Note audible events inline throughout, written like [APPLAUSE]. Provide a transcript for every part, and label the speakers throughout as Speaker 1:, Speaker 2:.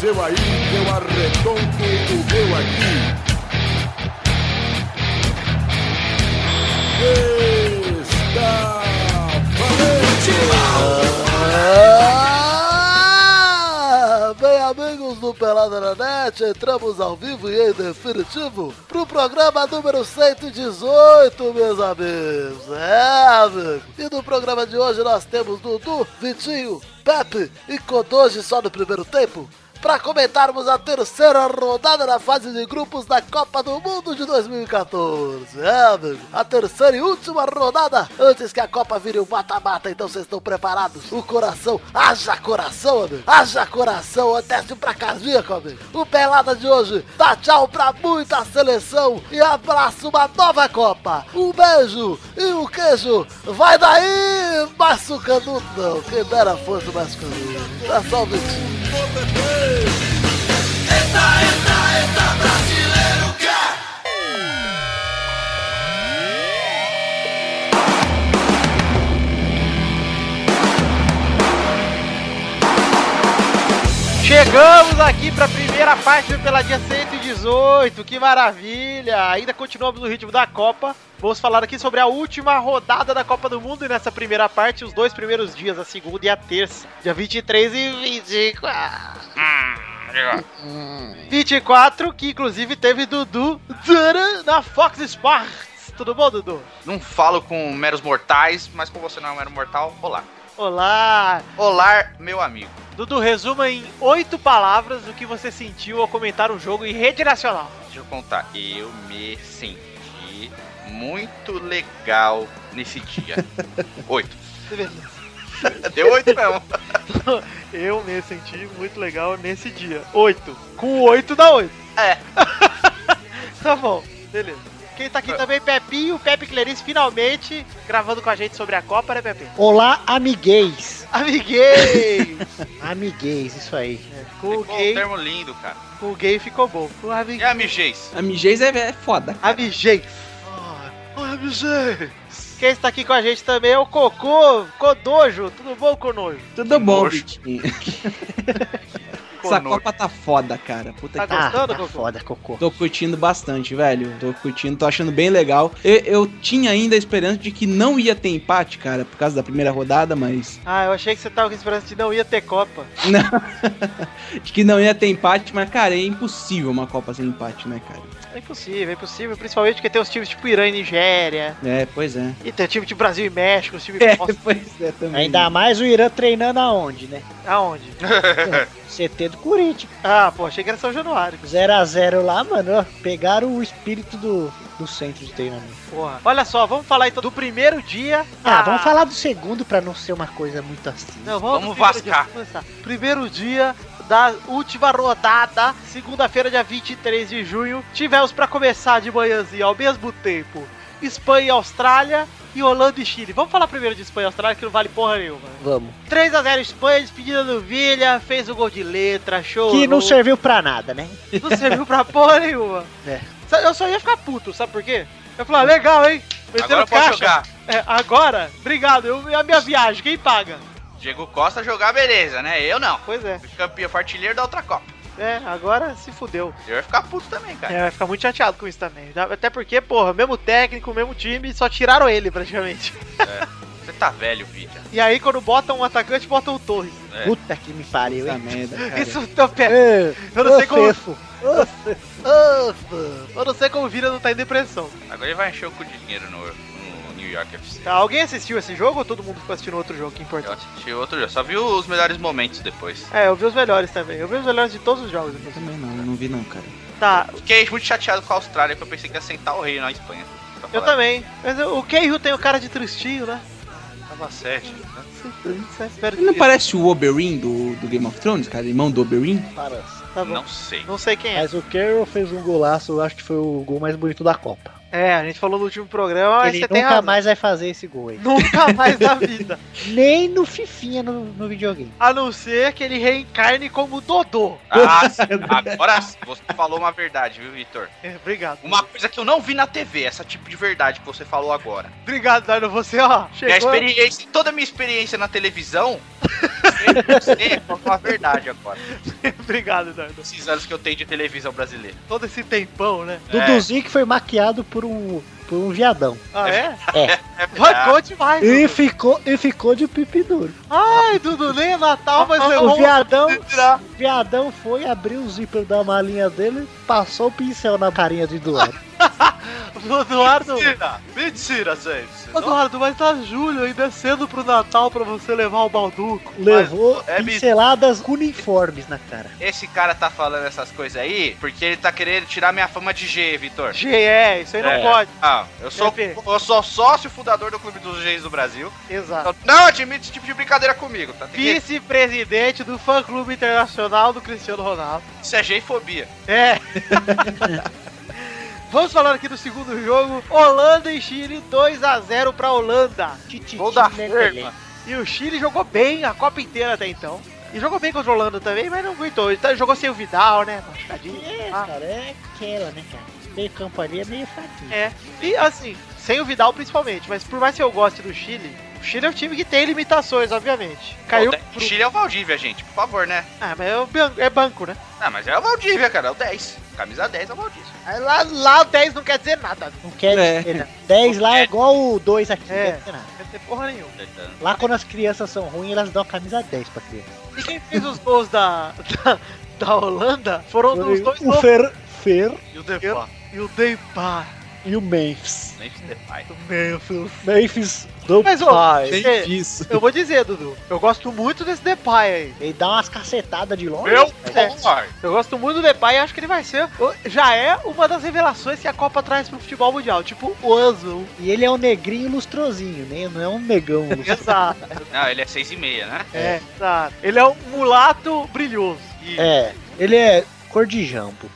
Speaker 1: seu aí, eu arredonto o meu aqui. Está
Speaker 2: Ah, Bem, amigos do Pelada na Net, entramos ao vivo e em definitivo pro programa número 118, meus amigos. É, amigo. E no programa de hoje nós temos Dudu, Vitinho, Pepe e Kodoji só no primeiro tempo. Para comentarmos a terceira rodada da fase de grupos da Copa do Mundo de 2014. É, amigo, a terceira e última rodada antes que a Copa vire um mata-mata. Então vocês estão preparados? O coração, haja coração, amigo. Haja coração, teste pra cardíaco, amigo. O Pelada de hoje dá tchau pra muita seleção e abraça uma nova Copa. Um beijo e um queijo. Vai daí, maço canuto, não. Quem dera fosse o maço canuto. Tá só um minutinho.
Speaker 3: Chegamos aqui para a primeira parte do Peladinha 118, que maravilha! Ainda continuamos no ritmo da Copa. Vamos falar aqui sobre a última rodada da Copa do Mundo e nessa primeira parte, os dois primeiros dias, a segunda e a terça, dia 23 e 24. 24, que inclusive teve Dudu Duran na Fox Sports. Tudo bom, Dudu?
Speaker 4: Não falo com meros mortais, mas com você não é um mero mortal, olá.
Speaker 3: Olá!
Speaker 4: Olá, meu amigo.
Speaker 3: Dudu, resuma em oito palavras o que você sentiu ao comentar o jogo em rede nacional.
Speaker 4: Deixa eu contar. Eu me senti muito legal nesse
Speaker 3: [LAUGHS]
Speaker 4: dia. oito. Deu
Speaker 3: [LAUGHS]
Speaker 4: oito mesmo.
Speaker 3: Eu me senti muito legal nesse dia. Oito. Com oito dá oito.
Speaker 4: É.
Speaker 3: [LAUGHS] Tá bom, beleza. Quem tá aqui também, Pepinho, Pepe Clarice, finalmente gravando com a gente sobre a Copa, né, Pepe?
Speaker 5: Olá, amiguês.
Speaker 3: Amiguei!
Speaker 5: Amiguês, isso aí.
Speaker 3: [LAUGHS] com o
Speaker 4: Ficou um
Speaker 3: gay,
Speaker 4: termo lindo, cara.
Speaker 3: com o gay ficou bom. Com o
Speaker 4: E
Speaker 3: amiguei.
Speaker 4: a Mijês?
Speaker 6: Amigês é, é foda.
Speaker 3: Amigei.
Speaker 4: Ah,
Speaker 3: Amigei. Quem está aqui com a gente também é o Cocô, Codojo. Tudo bom, Conojo?
Speaker 6: Tudo bom,
Speaker 4: Nojo.
Speaker 3: [LAUGHS]
Speaker 6: Vitinho. Essa Copa tá foda, cara. Puta
Speaker 3: Tá
Speaker 6: que
Speaker 5: Ah,
Speaker 3: gostando,
Speaker 5: tá
Speaker 3: Cocô?
Speaker 5: foda, cocô.
Speaker 6: Tô curtindo bastante, velho. Tô curtindo, tô achando bem legal. Eu, eu tinha ainda a esperança de que não ia ter empate, cara, por causa da primeira rodada, mas.
Speaker 3: Ah, eu achei que você tava com esperança de não ia ter Copa.
Speaker 6: Não. de que não ia ter empate, mas, cara, é impossível uma Copa sem empate, né, cara?
Speaker 3: É impossível, é impossível. Principalmente porque tem os times tipo Irã e Nigéria.
Speaker 6: É, pois é.
Speaker 3: E tem o Então, time de Brasil e México, os times
Speaker 6: É,
Speaker 3: bosta.
Speaker 6: [LAUGHS] pois é também.
Speaker 5: Ainda mais o Irã treinando aonde, né?
Speaker 3: Aonde?
Speaker 5: CT do Corinthians.
Speaker 3: Ah, pô, achei que era São Januário.
Speaker 5: 0x0 lá, mano. ó, Pegaram o espírito do, do centro de treinamento.
Speaker 3: Porra. Olha só, vamos falar então do primeiro dia.
Speaker 5: Ah, vamos falar do segundo pra não ser uma coisa muito assim.
Speaker 3: Não, vamos,
Speaker 4: Vamos
Speaker 3: do primeiro dia,
Speaker 4: vascar.
Speaker 3: vamos começar. Primeiro dia da última rodada, segunda-feira, dia 23 de junho. Tivemos pra começar de manhãzinha ao mesmo tempo Espanha e Austrália e Holanda e Chile. Vamos falar primeiro de Espanha e Austrália, que não vale porra nenhuma.
Speaker 5: Vamos.
Speaker 3: 3x0 Espanha, despedida do Vilha, fez o gol de letra, show.
Speaker 5: Que não serviu pra nada, né?
Speaker 3: Não serviu pra porra nenhuma.
Speaker 5: É.
Speaker 3: Sa- Eu só ia ficar puto, sabe por quê? Eu ia falar, legal, hein?
Speaker 4: Agora
Speaker 3: Meteram
Speaker 4: eu posso
Speaker 3: caixa.
Speaker 4: jogar.
Speaker 3: É, agora? Obrigado, eu, a minha viagem, quem paga?
Speaker 4: Diego Costa jogar, beleza, né? Eu não.
Speaker 3: Pois é,
Speaker 4: Fui Campeão, fui artilheiro da outra Copa.
Speaker 3: é, agora se fudeu.
Speaker 4: Eu ia ficar puto também, cara.
Speaker 3: É, vai ficar muito chateado com isso também. Até porque, porra, mesmo técnico, mesmo time, só tiraram ele praticamente.
Speaker 4: Você tá velho, Vidia.
Speaker 3: E aí, quando botam um atacante, botam o Torres.
Speaker 4: É.
Speaker 5: Puta que me pariu,
Speaker 6: Essa
Speaker 5: hein?
Speaker 6: merda, cara.
Speaker 3: Isso tá pé.
Speaker 5: É,
Speaker 3: Eu não sei
Speaker 5: ô,
Speaker 3: como-
Speaker 5: Fefo. Ô, Fefo.
Speaker 3: Eu não sei como o Vira não tá em depressão.
Speaker 4: Agora ele vai encher o cu de dinheiro no, no New York FC.
Speaker 3: Tá, alguém assistiu esse jogo ou todo mundo ficou assistindo outro jogo? Que é
Speaker 4: Eu
Speaker 3: importante.
Speaker 4: assisti outro dia, só vi os melhores momentos depois.
Speaker 3: É, eu vi os melhores também. Eu vi os melhores de todos os jogos. inclusive.
Speaker 6: Também não, não vi não, cara.
Speaker 3: Tá,
Speaker 4: Fiquei muito chateado com a Austrália, que eu pensei que ia sentar o rei na Espanha. Pra
Speaker 3: eu
Speaker 4: falar
Speaker 3: também. Mas eu- o Keiju tem o cara de tristinho, né?
Speaker 4: Tava sete.
Speaker 3: Só espero que
Speaker 6: Ele não parece o Oberyn do, do Game of Thrones, cara? Irmão do Oberyn?
Speaker 5: Parece.
Speaker 3: Tá bom. [LAUGHS]
Speaker 4: Não sei.
Speaker 3: Não sei quem é.
Speaker 5: Mas o Carroll fez um golaço, eu acho que foi o gol mais bonito da Copa.
Speaker 3: É, a gente falou no último programa, mas
Speaker 5: Ele
Speaker 3: você tem
Speaker 5: nunca
Speaker 3: razão.
Speaker 5: mais vai fazer esse gol aí.
Speaker 3: Nunca mais na vida.
Speaker 5: Nem no Fifinha no, no videogame.
Speaker 3: A não ser que ele reencarne como Dodô.
Speaker 4: Ah, sim. agora sim, você falou uma verdade, viu, Vitor?
Speaker 3: É, obrigado.
Speaker 4: Uma coisa que eu não vi na TV, essa tipo de verdade que você falou agora.
Speaker 3: Obrigado, Dino. Você, ó,
Speaker 4: Minha
Speaker 3: chegou.
Speaker 4: experiência, toda a minha experiência na televisão [LAUGHS] Eu sei, vou falar a verdade agora.
Speaker 3: Obrigado, Eduardo.
Speaker 4: Esses anos que eu tenho de televisão brasileira.
Speaker 3: Todo esse tempão, né?
Speaker 5: Duduzinho que foi maquiado por um, por um viadão.
Speaker 3: Ah, é?
Speaker 4: É verdade.
Speaker 3: Bancou demais,
Speaker 5: E
Speaker 3: Dudu.
Speaker 5: ficou, e ficou de pipi duro.
Speaker 3: Ai, Dudu, nem é Natal, mas eu
Speaker 5: O
Speaker 3: vou
Speaker 5: viadão,
Speaker 3: tirar.
Speaker 5: o viadão foi, abriu o zíper da malinha dele, passou o pincel na carinha de Eduardo.
Speaker 3: O Eduardo.
Speaker 4: Mentira, mentira, gente.
Speaker 3: Ô, Eduardo, mas tá julho ainda é cedo pro Natal pra você levar o balduco.
Speaker 5: Levou
Speaker 4: é mi-
Speaker 5: pinceladas uniformes na cara.
Speaker 4: Esse cara tá falando essas coisas aí porque ele tá querendo tirar minha fama de G, Vitor.
Speaker 3: GE, isso aí não
Speaker 4: É.
Speaker 3: pode.
Speaker 4: Ah, eu sou,
Speaker 3: Pepe.
Speaker 4: eu sou sócio fundador do Clube dos Gs do Brasil.
Speaker 3: Exato.
Speaker 4: Então, não admito esse tipo de brincadeira comigo, tá? Tem que-
Speaker 3: Vice-presidente do fã clube internacional do Cristiano Ronaldo.
Speaker 4: Isso é geifobia.
Speaker 3: [LAUGHS] É. Vamos falar aqui do segundo jogo. Holanda e Chile, 2 a 0 pra Holanda. Gol da
Speaker 5: né,
Speaker 3: firma. E o Chile jogou bem a Copa inteira até então. E jogou bem contra a Holanda também, mas não aguentou. Ele tá- jogou sem o Vidal, né? Machucadinho.
Speaker 5: É,
Speaker 3: Ah.
Speaker 5: cara, é aquela, né, cara? Meio campo ali é meio fraquinho.
Speaker 3: É. E assim, sem o Vidal principalmente, mas por mais que eu goste do Chile, o Chile é um time que tem limitações, obviamente. Caiu.
Speaker 4: O dez-
Speaker 3: pro-
Speaker 4: Chile é o Valdívia, gente, por favor, né?
Speaker 3: Ah, mas é o ban- é banco, né?
Speaker 4: Ah, mas é o Valdívia, cara, é o 10. Camisa 10 é o Valdívia.
Speaker 3: Aí Lá, lá o 10 não quer dizer nada.
Speaker 5: Não quer
Speaker 6: É.
Speaker 5: dizer [LAUGHS] nada. 10 lá é igual o 2 aqui.
Speaker 3: É.
Speaker 5: não quer dizer nada.
Speaker 3: Não quer dizer porra nenhuma.
Speaker 5: Lá quando as crianças são ruins, elas dão a camisa 10 pra criança.
Speaker 3: E quem fez os gols da, da, da Holanda foram os dois
Speaker 5: o
Speaker 3: gols.
Speaker 5: Fer, Fer
Speaker 4: E o Depa.
Speaker 3: E o Depay.
Speaker 5: e o Memphis.
Speaker 4: Nem se Depay.
Speaker 3: Meu Deus.
Speaker 5: Memphis do
Speaker 3: Mas, ô,
Speaker 5: pai.
Speaker 3: Tem
Speaker 6: Tem isso.
Speaker 3: Eu vou dizer, Dudu. Eu gosto muito desse Depay aí.
Speaker 5: Ele dá umas cacetadas de longe.
Speaker 4: Meu
Speaker 5: É.
Speaker 4: pai!
Speaker 3: Eu gosto muito do Depay e acho que ele vai ser. Já é uma das revelações que a Copa traz pro futebol mundial. Tipo,
Speaker 5: [LAUGHS]
Speaker 3: o Anzo.
Speaker 5: E ele é um negrinho lustrosinho, né? Não é um negão
Speaker 3: [LAUGHS]
Speaker 5: lustroso.
Speaker 3: Exato.
Speaker 4: Não, ele é 6,5, né?
Speaker 3: É. Exato. Ele é um mulato brilhoso. E
Speaker 5: é, ele é cor de jambo.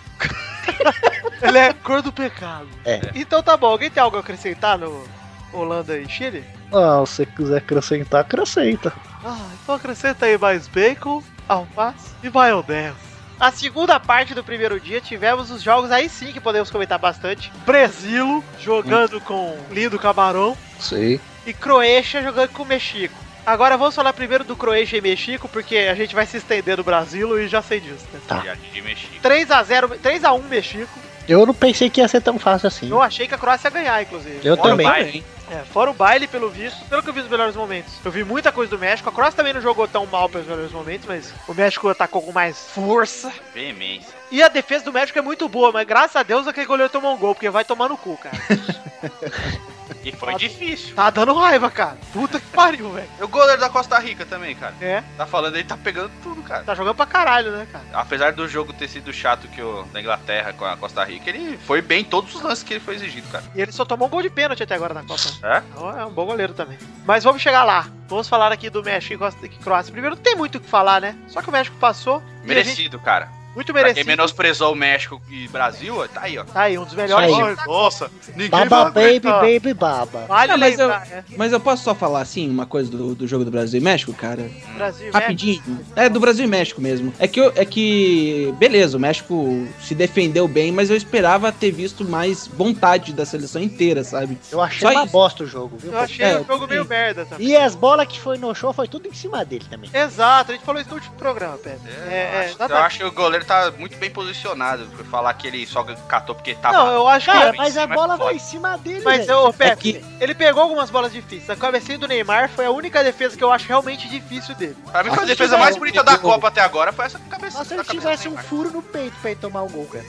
Speaker 3: Ele é cor do pecado.
Speaker 5: É.
Speaker 3: Então tá bom. Alguém tem algo a acrescentar no Holanda e Chile?
Speaker 5: Ah, se você quiser acrescentar, acrescenta.
Speaker 3: Ah, então acrescenta aí mais bacon, alface e maionese. A segunda parte do primeiro dia tivemos os jogos aí sim que podemos comentar bastante. Brasil jogando com Lindo Camarão
Speaker 5: Sei.
Speaker 3: e Croácia jogando com o México. Agora vamos falar primeiro do Croácia e México, porque a gente vai se estender do Brasil e já sei disso, né?
Speaker 5: Tá.
Speaker 4: E a de Mexico.
Speaker 3: 3x0, 3x1 México.
Speaker 5: Eu não pensei que ia ser tão fácil assim.
Speaker 3: um Eu achei que a Croácia ia ganhar, inclusive.
Speaker 5: Eu
Speaker 4: Bora,
Speaker 5: também.
Speaker 4: vai.
Speaker 3: É, fora o baile, pelo visto, pelo que eu vi nos melhores momentos. Eu vi muita coisa do México. A Croácia também não jogou tão mal pelos melhores momentos, mas o México atacou com mais força.
Speaker 4: Veemência.
Speaker 3: E a defesa do México é muito boa, mas graças a Deus aquele goleiro tomou um gol, porque vai tomar no cu, cara.
Speaker 4: E foi difícil.
Speaker 3: Tá dando raiva, cara. Puta que pariu, velho.
Speaker 4: E o goleiro da Costa Rica também, cara.
Speaker 3: É,
Speaker 4: Tá falando, ele tá pegando tudo, cara.
Speaker 3: tá jogando pra caralho, né, cara?
Speaker 4: Apesar do jogo ter sido chato que o da Inglaterra com a Costa Rica, ele foi bem em todos os lances que ele foi exigido, cara.
Speaker 3: E ele só tomou um gol de pênalti até agora na Copa.
Speaker 4: É?
Speaker 3: Então é um bom goleiro também. Mas vamos chegar lá. Vamos falar aqui do México e Costa- e Croácia. Primeiro, não tem muito o que falar, né? Só que o México passou. e a gente-
Speaker 4: Merecido, cara.
Speaker 3: muito
Speaker 4: Pra quem
Speaker 3: merecido.
Speaker 4: menosprezou o México e Brasil, ó, tá aí, ó.
Speaker 3: Tá aí, um dos melhores.
Speaker 5: Isso aí.
Speaker 3: times da
Speaker 4: Nossa, ninguém
Speaker 5: Baba baby,
Speaker 3: aguentar.
Speaker 5: baby baba.
Speaker 3: Vale
Speaker 6: Ah, mas
Speaker 3: lembrar, né?
Speaker 6: Mas eu posso só falar, assim, uma coisa do, do jogo do Brasil e México, cara?
Speaker 3: Brasil, né?
Speaker 6: Rapidinho. É, do Brasil e México mesmo. É que, eu- é que, beleza, o México se defendeu bem, mas eu esperava ter visto mais vontade da seleção inteira, sabe?
Speaker 5: Eu achei
Speaker 6: Só
Speaker 5: uma
Speaker 6: isso.
Speaker 5: bosta o jogo, viu?
Speaker 3: Eu achei
Speaker 6: É,
Speaker 3: o jogo
Speaker 6: eu
Speaker 3: meio
Speaker 6: também.
Speaker 3: merda também.
Speaker 5: E as bolas que foi no show foi tudo em cima dele também.
Speaker 3: Exato, a gente falou isso no último programa, Pedro. É, é,
Speaker 4: acho, eu
Speaker 3: exatamente.
Speaker 4: acho que o goleiro tá muito bem posicionado. Por falar que ele só catou porque tava.
Speaker 3: Não, eu acho
Speaker 5: Cara,
Speaker 3: que.
Speaker 4: em
Speaker 5: mas a
Speaker 4: cima é
Speaker 5: bola
Speaker 4: foda.
Speaker 5: vai em cima dele,
Speaker 3: Mas,
Speaker 5: velho.
Speaker 3: ô, Pepe,
Speaker 6: É que-
Speaker 3: ele pegou algumas bolas difíceis. A cabeceia do Neymar foi a única defesa que eu acho realmente difícil dele.
Speaker 4: pra mim, foi a
Speaker 6: Nossa,
Speaker 4: defesa
Speaker 6: tiver-
Speaker 4: mais bonita da Copa até agora foi essa cabeça.
Speaker 5: Só se ele
Speaker 4: da cabeça
Speaker 5: tivesse
Speaker 4: do
Speaker 5: um
Speaker 4: Neymar.
Speaker 5: furo no peito pra ele tomar o gol, cara.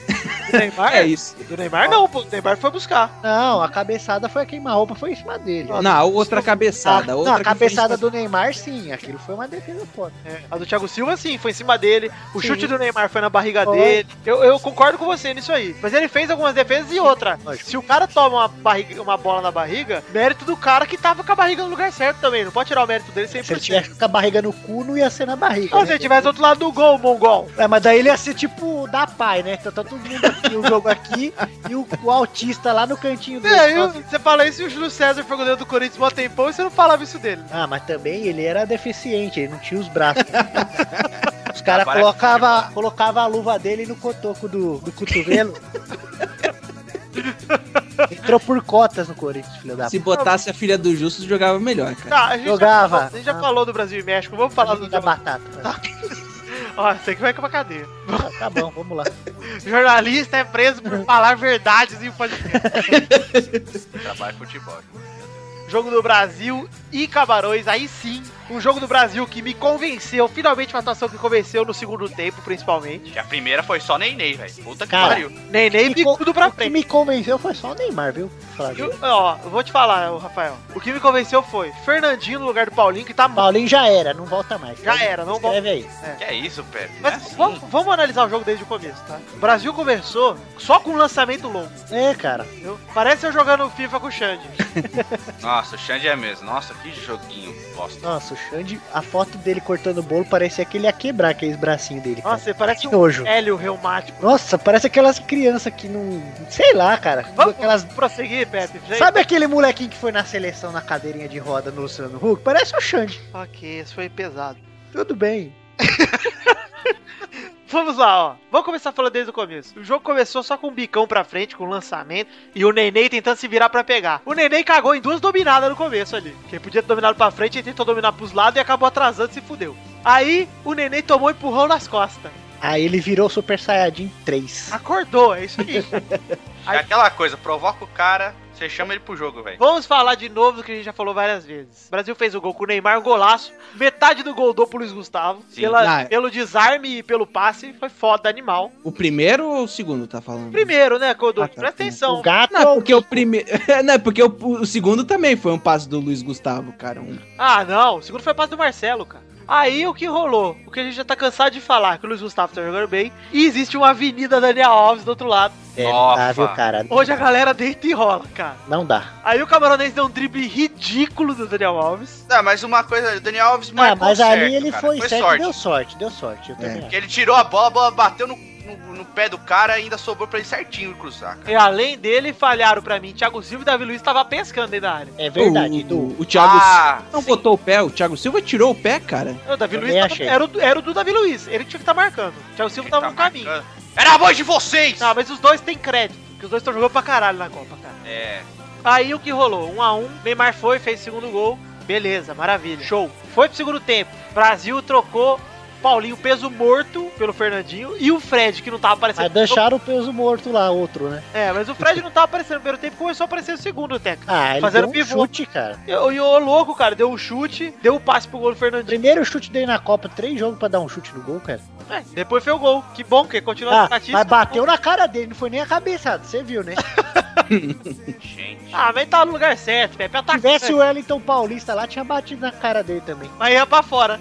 Speaker 3: Do Neymar?
Speaker 6: É isso.
Speaker 3: Do Neymar não, pô. Do Neymar foi buscar.
Speaker 5: Não, a cabeçada foi a queima-roupa, foi em cima dele.
Speaker 6: Não, a outra cabeçada.
Speaker 5: Ah,
Speaker 6: a
Speaker 5: não,
Speaker 6: outra
Speaker 5: a
Speaker 6: que foi
Speaker 5: cabeçada
Speaker 6: em cima-
Speaker 5: do Neymar, sim. Aquilo foi uma defesa foda.
Speaker 3: É, A do Thiago Silva, sim, foi em cima dele. O
Speaker 5: Sim.
Speaker 3: chute do Neymar foi na barriga
Speaker 5: Foi.
Speaker 3: dele. Eu, eu concordo com você nisso aí. Mas ele fez algumas defesas e outra.
Speaker 5: Lógico.
Speaker 3: Se o cara toma uma, barriga, uma bola na barriga, mérito do cara que tava com a barriga no lugar certo também. Não pode tirar o mérito dele
Speaker 5: Se ele
Speaker 3: 100%.
Speaker 5: tivesse com a barriga no cu, não ia ser na barriga.
Speaker 3: Ou
Speaker 5: né?
Speaker 3: se ele tivesse do outro lado do gol, mongol.
Speaker 5: É, mas daí ele ia ser tipo o da pai, né? Tá todo mundo aqui, o jogo aqui, e o, o autista lá no cantinho dele.
Speaker 3: É, aí você fala isso e o Júlio César foi goleiro do Corinthians mó tempão e você não falava isso dele.
Speaker 5: Ah, mas também ele era deficiente, ele não tinha os
Speaker 3: [LAUGHS]
Speaker 5: braços. Os caras
Speaker 4: Trabalha
Speaker 5: colocavam colocava a luva dele no cotoco do, do cotovelo. Entrou por cotas no Corinthians, filho da
Speaker 6: é Se botasse a filha do Justo, jogava melhor, cara.
Speaker 3: Tá, a gente
Speaker 5: Jogava.
Speaker 3: já falou, a gente já
Speaker 5: Ah.
Speaker 3: falou do Brasil e México, vamos falar do...
Speaker 5: da batata.
Speaker 3: Ó, você que vai pra cadeia.
Speaker 5: Ah, Tá bom, vamos lá.
Speaker 3: Jornalista é
Speaker 5: [LAUGHS]
Speaker 3: preso por falar verdades em podcast.
Speaker 4: Trabalho futebol.
Speaker 3: Jogo do Brasil e Camarões, aí sim. Um jogo do Brasil que me convenceu, finalmente uma atuação que me convenceu no segundo tempo, principalmente.
Speaker 4: Que a primeira foi só Nenê, velho. Puta que
Speaker 5: Cara.
Speaker 4: pariu.
Speaker 3: Neném
Speaker 5: E co-
Speaker 3: bicudo pra
Speaker 5: O que
Speaker 3: frente.
Speaker 5: me convenceu foi só o Neymar, viu? Flávio?
Speaker 3: Eu- ó, eu vou te falar, ô, Rafael. O que me convenceu foi Fernandinho no lugar do Paulinho, que tá mal.
Speaker 5: Paulinho já era, não volta mais.
Speaker 3: Já era, não volta.
Speaker 5: Escreve aí.
Speaker 4: Que é isso, Pepe?
Speaker 3: Mas
Speaker 4: É assim.
Speaker 3: vamos, vamos analisar o jogo desde o começo, tá? O Brasil começou só com um lançamento longo,
Speaker 5: É, cara.
Speaker 3: entendeu? Parece eu jogando FIFA com o Xande.
Speaker 4: Nossa, o Xande é mesmo. Nossa, que joguinho bosta.
Speaker 5: Nossa, o Xande, a foto dele cortando o bolo parecia que ele ia quebrar aqueles bracinhos dele. Cara.
Speaker 3: Nossa, você parece
Speaker 5: que
Speaker 3: um
Speaker 5: nojo.
Speaker 3: hélio reumático.
Speaker 5: Nossa, parece aquelas crianças que não. Sei lá, cara.
Speaker 3: Vamos
Speaker 5: Aquelas...
Speaker 3: prosseguir, Pepe. Gente,
Speaker 5: Sabe aquele molequinho que foi na seleção na cadeirinha de roda no Luciano Huck? Parece o Xande.
Speaker 3: Ok, isso foi pesado.
Speaker 5: Tudo bem.
Speaker 3: Vamos lá, ó. Vamos começar falando desde o começo. O jogo começou só com um bicão pra frente, com um lançamento, e o Neném tentando se virar pra pegar. O Neném cagou em duas dominadas no começo ali. Que ele podia ter dominado pra frente, ele tentou dominar pros lados e acabou atrasando e se fudeu. Aí, o Neném tomou um empurrão nas costas.
Speaker 5: Aí ele virou Super Saiyajin 3.
Speaker 3: Acordou, é isso aí.
Speaker 4: É aquela coisa, provoca o cara, você chama ele pro jogo, velho.
Speaker 3: Vamos falar de novo do que a gente já falou várias vezes. O Brasil fez o gol com o Neymar, um golaço. Metade do gol do pro Luiz Gustavo.
Speaker 4: Sim.
Speaker 3: Pela-
Speaker 6: Ah.
Speaker 3: pelo desarme e pelo passe, foi foda, animal.
Speaker 6: O primeiro ou o segundo tá falando?
Speaker 3: Primeiro, né, Codô?
Speaker 6: Ah, tá,
Speaker 3: Presta
Speaker 6: sim.
Speaker 5: O
Speaker 3: atenção.
Speaker 5: gato é
Speaker 6: Não,
Speaker 5: o
Speaker 6: porque o primeiro. [LAUGHS] Não, é porque o, o segundo também foi um passe do Luiz Gustavo, cara. Um-
Speaker 3: Ah, não. O segundo foi a passe do Marcelo, cara. Aí o que rolou? O que a gente já tá cansado de falar, que o Luiz Gustavo tá jogando bem. E existe uma avenida Daniel Alves do outro lado.
Speaker 5: é, não
Speaker 4: Nossa.
Speaker 5: dá, viu, cara?
Speaker 3: Hoje a galera deita e rola, cara.
Speaker 5: Não dá.
Speaker 3: Aí o camaronês deu um drible ridículo do Daniel Alves.
Speaker 4: Não, mas uma coisa, o Daniel Alves
Speaker 5: Ah,
Speaker 4: marcou
Speaker 5: mas
Speaker 4: é certo,
Speaker 5: ali ele
Speaker 4: cara.
Speaker 5: foi, certo,
Speaker 4: sorte.
Speaker 5: deu sorte, deu sorte. Eu também
Speaker 4: Porque ele tirou a bola, a bola bateu no, no- no pé do cara e ainda sobrou pra ele certinho cruzar, cara.
Speaker 3: E além dele, falharam pra mim. Thiago Silva e Davi Luiz tava pescando dentro da área.
Speaker 5: É verdade,
Speaker 6: O,
Speaker 5: Du.
Speaker 6: o, o Thiago
Speaker 4: Ah,
Speaker 6: Silva não botou o pé, o Thiago Silva tirou o pé, cara.
Speaker 3: O Davi
Speaker 5: Também
Speaker 3: Luiz tava-
Speaker 5: achei.
Speaker 3: era, o, era o do Davi Luiz. Ele tinha que estar marcando. O Thiago Silva
Speaker 4: Ele
Speaker 3: Então tava
Speaker 4: tá
Speaker 3: no caminho.
Speaker 4: marcando. Era a voz de vocês!
Speaker 3: Tá, mas os dois têm crédito. Porque os dois estão jogando pra caralho na Copa, cara.
Speaker 4: É,
Speaker 3: Aí o que rolou? 1 um a 1 um, Neymar foi, fez o segundo gol. Beleza, maravilha. Show. Foi pro segundo tempo. Brasil trocou Paulinho peso morto pelo Fernandinho e o Fred, que não tava aparecendo.
Speaker 5: Mas deixaram o peso morto lá, outro, né?
Speaker 3: É, mas o Fred não tava aparecendo no primeiro tempo, começou a aparecer no segundo até. cara.
Speaker 5: Ah, ele
Speaker 3: Fazendo
Speaker 5: deu um
Speaker 3: pivô.
Speaker 5: chute, cara.
Speaker 3: E o- e o louco, cara, deu um chute, deu o passe pro gol do Fernandinho.
Speaker 5: Primeiro chute dele na Copa, três jogos pra dar um chute no gol, cara.
Speaker 3: É, depois foi o gol. Que bom, que continua
Speaker 5: Ah,
Speaker 3: a estatística.
Speaker 5: mas bateu na cara dele, não foi nem a cabeçada, você viu, né?
Speaker 3: [LAUGHS]
Speaker 4: gente.
Speaker 3: Ah, mas tá no lugar certo, Pepe.
Speaker 5: Se
Speaker 3: Ataca.
Speaker 5: tivesse o Wellington Paulista lá, tinha batido na cara dele
Speaker 3: [LAUGHS]
Speaker 5: também.
Speaker 3: Mas ia pra fora.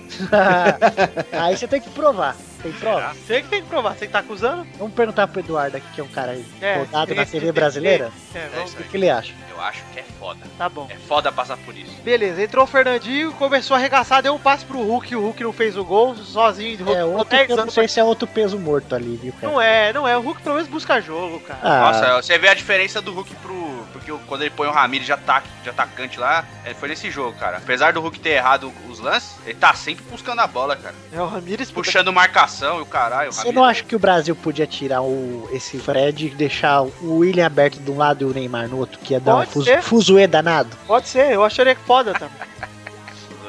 Speaker 5: Aí você tem que provar. Tem prova?
Speaker 3: Você que tem que provar, você que tá acusando?
Speaker 5: Vamos perguntar pro Eduardo aqui, que é um cara
Speaker 3: É,
Speaker 5: rodado na
Speaker 3: esse
Speaker 5: TV
Speaker 3: tem-
Speaker 5: brasileira.
Speaker 3: É,
Speaker 4: É
Speaker 3: vamos,
Speaker 4: isso
Speaker 5: O
Speaker 4: aí.
Speaker 5: que ele acha?
Speaker 4: Eu acho que é foda.
Speaker 3: tá bom.
Speaker 4: É foda passar por isso.
Speaker 3: Beleza, entrou o Fernandinho, começou a arregaçar, deu um passe pro Hulk, o Hulk não fez o gol, sozinho, de
Speaker 5: É, outro, eu não sei se é outro peso morto ali, viu, cara?
Speaker 3: Não é, não é, o Hulk pelo menos busca jogo, cara.
Speaker 5: Ah,
Speaker 4: Nossa, você vê a diferença do Hulk pro. Porque o- quando ele põe o Ramires de ataque, de atacante lá, é, foi nesse jogo, cara. Apesar do Hulk ter errado os lances, ele tá sempre buscando a bola, cara.
Speaker 3: É o Ramires puxa.
Speaker 4: Puxando marcação e o caralho. o
Speaker 5: Você
Speaker 4: Ramires-
Speaker 5: não acha que o Brasil podia tirar o, esse Fred e deixar o William aberto de um lado e o Neymar no outro, que ia dar um
Speaker 3: Pode
Speaker 5: fuso,
Speaker 3: ser.
Speaker 5: fuzuê danado?
Speaker 3: Pode ser, eu acharia que foda também. [LAUGHS]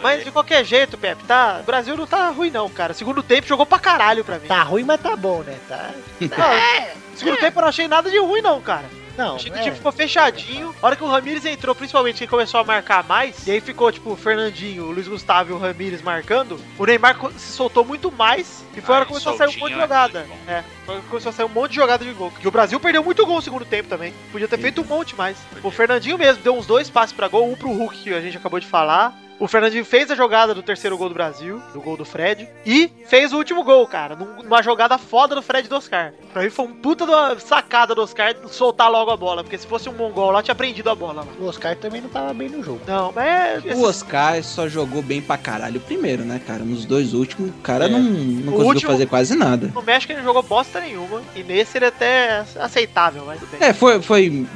Speaker 3: Mas de qualquer jeito, Pepe, tá. O Brasil não tá ruim, não, cara. Segundo tempo jogou pra caralho pra mim.
Speaker 5: Tá ruim, mas tá bom, né? Tá...
Speaker 3: Não, segundo tempo eu não achei nada de ruim, não, cara.
Speaker 5: Não,
Speaker 3: Achei que o
Speaker 5: é.
Speaker 3: time ficou fechadinho. A hora que o Ramires entrou, principalmente que ele começou a marcar mais, e aí ficou, tipo, o Fernandinho, o Luiz Gustavo e o Ramires marcando, o Neymar co- se soltou muito mais. E foi a hora que
Speaker 4: Aí,
Speaker 3: começou a sair um
Speaker 4: soltinho
Speaker 3: monte de
Speaker 4: é
Speaker 3: jogada.
Speaker 4: muito
Speaker 3: É, foi a hora que começou a sair um monte de jogada de gol. Que o Brasil perdeu muito gol no segundo tempo também. Podia ter feito um monte mais. O Fernandinho mesmo deu uns dois passes pra gol, um pro Hulk, que a gente acabou de falar. O Fernandinho fez a jogada do terceiro gol do Brasil, do gol do Fred, e fez o último gol, cara, num- numa jogada foda do Fred e do Oscar. Pra mim foi um puta de uma sacada do Oscar soltar logo a bola, porque se fosse um mongol lá, tinha prendido a bola lá.
Speaker 5: O Oscar também não tava bem no jogo.
Speaker 3: Não, mas é.
Speaker 6: O Oscar só jogou bem pra caralho o primeiro, né, cara? Nos dois últimos, o cara
Speaker 5: É.
Speaker 6: não, não
Speaker 3: O
Speaker 6: conseguiu
Speaker 3: último-
Speaker 6: fazer quase nada.
Speaker 3: No México ele não jogou bosta nenhuma, e nesse ele é até aceitável, mas bem.
Speaker 6: É, foi, foi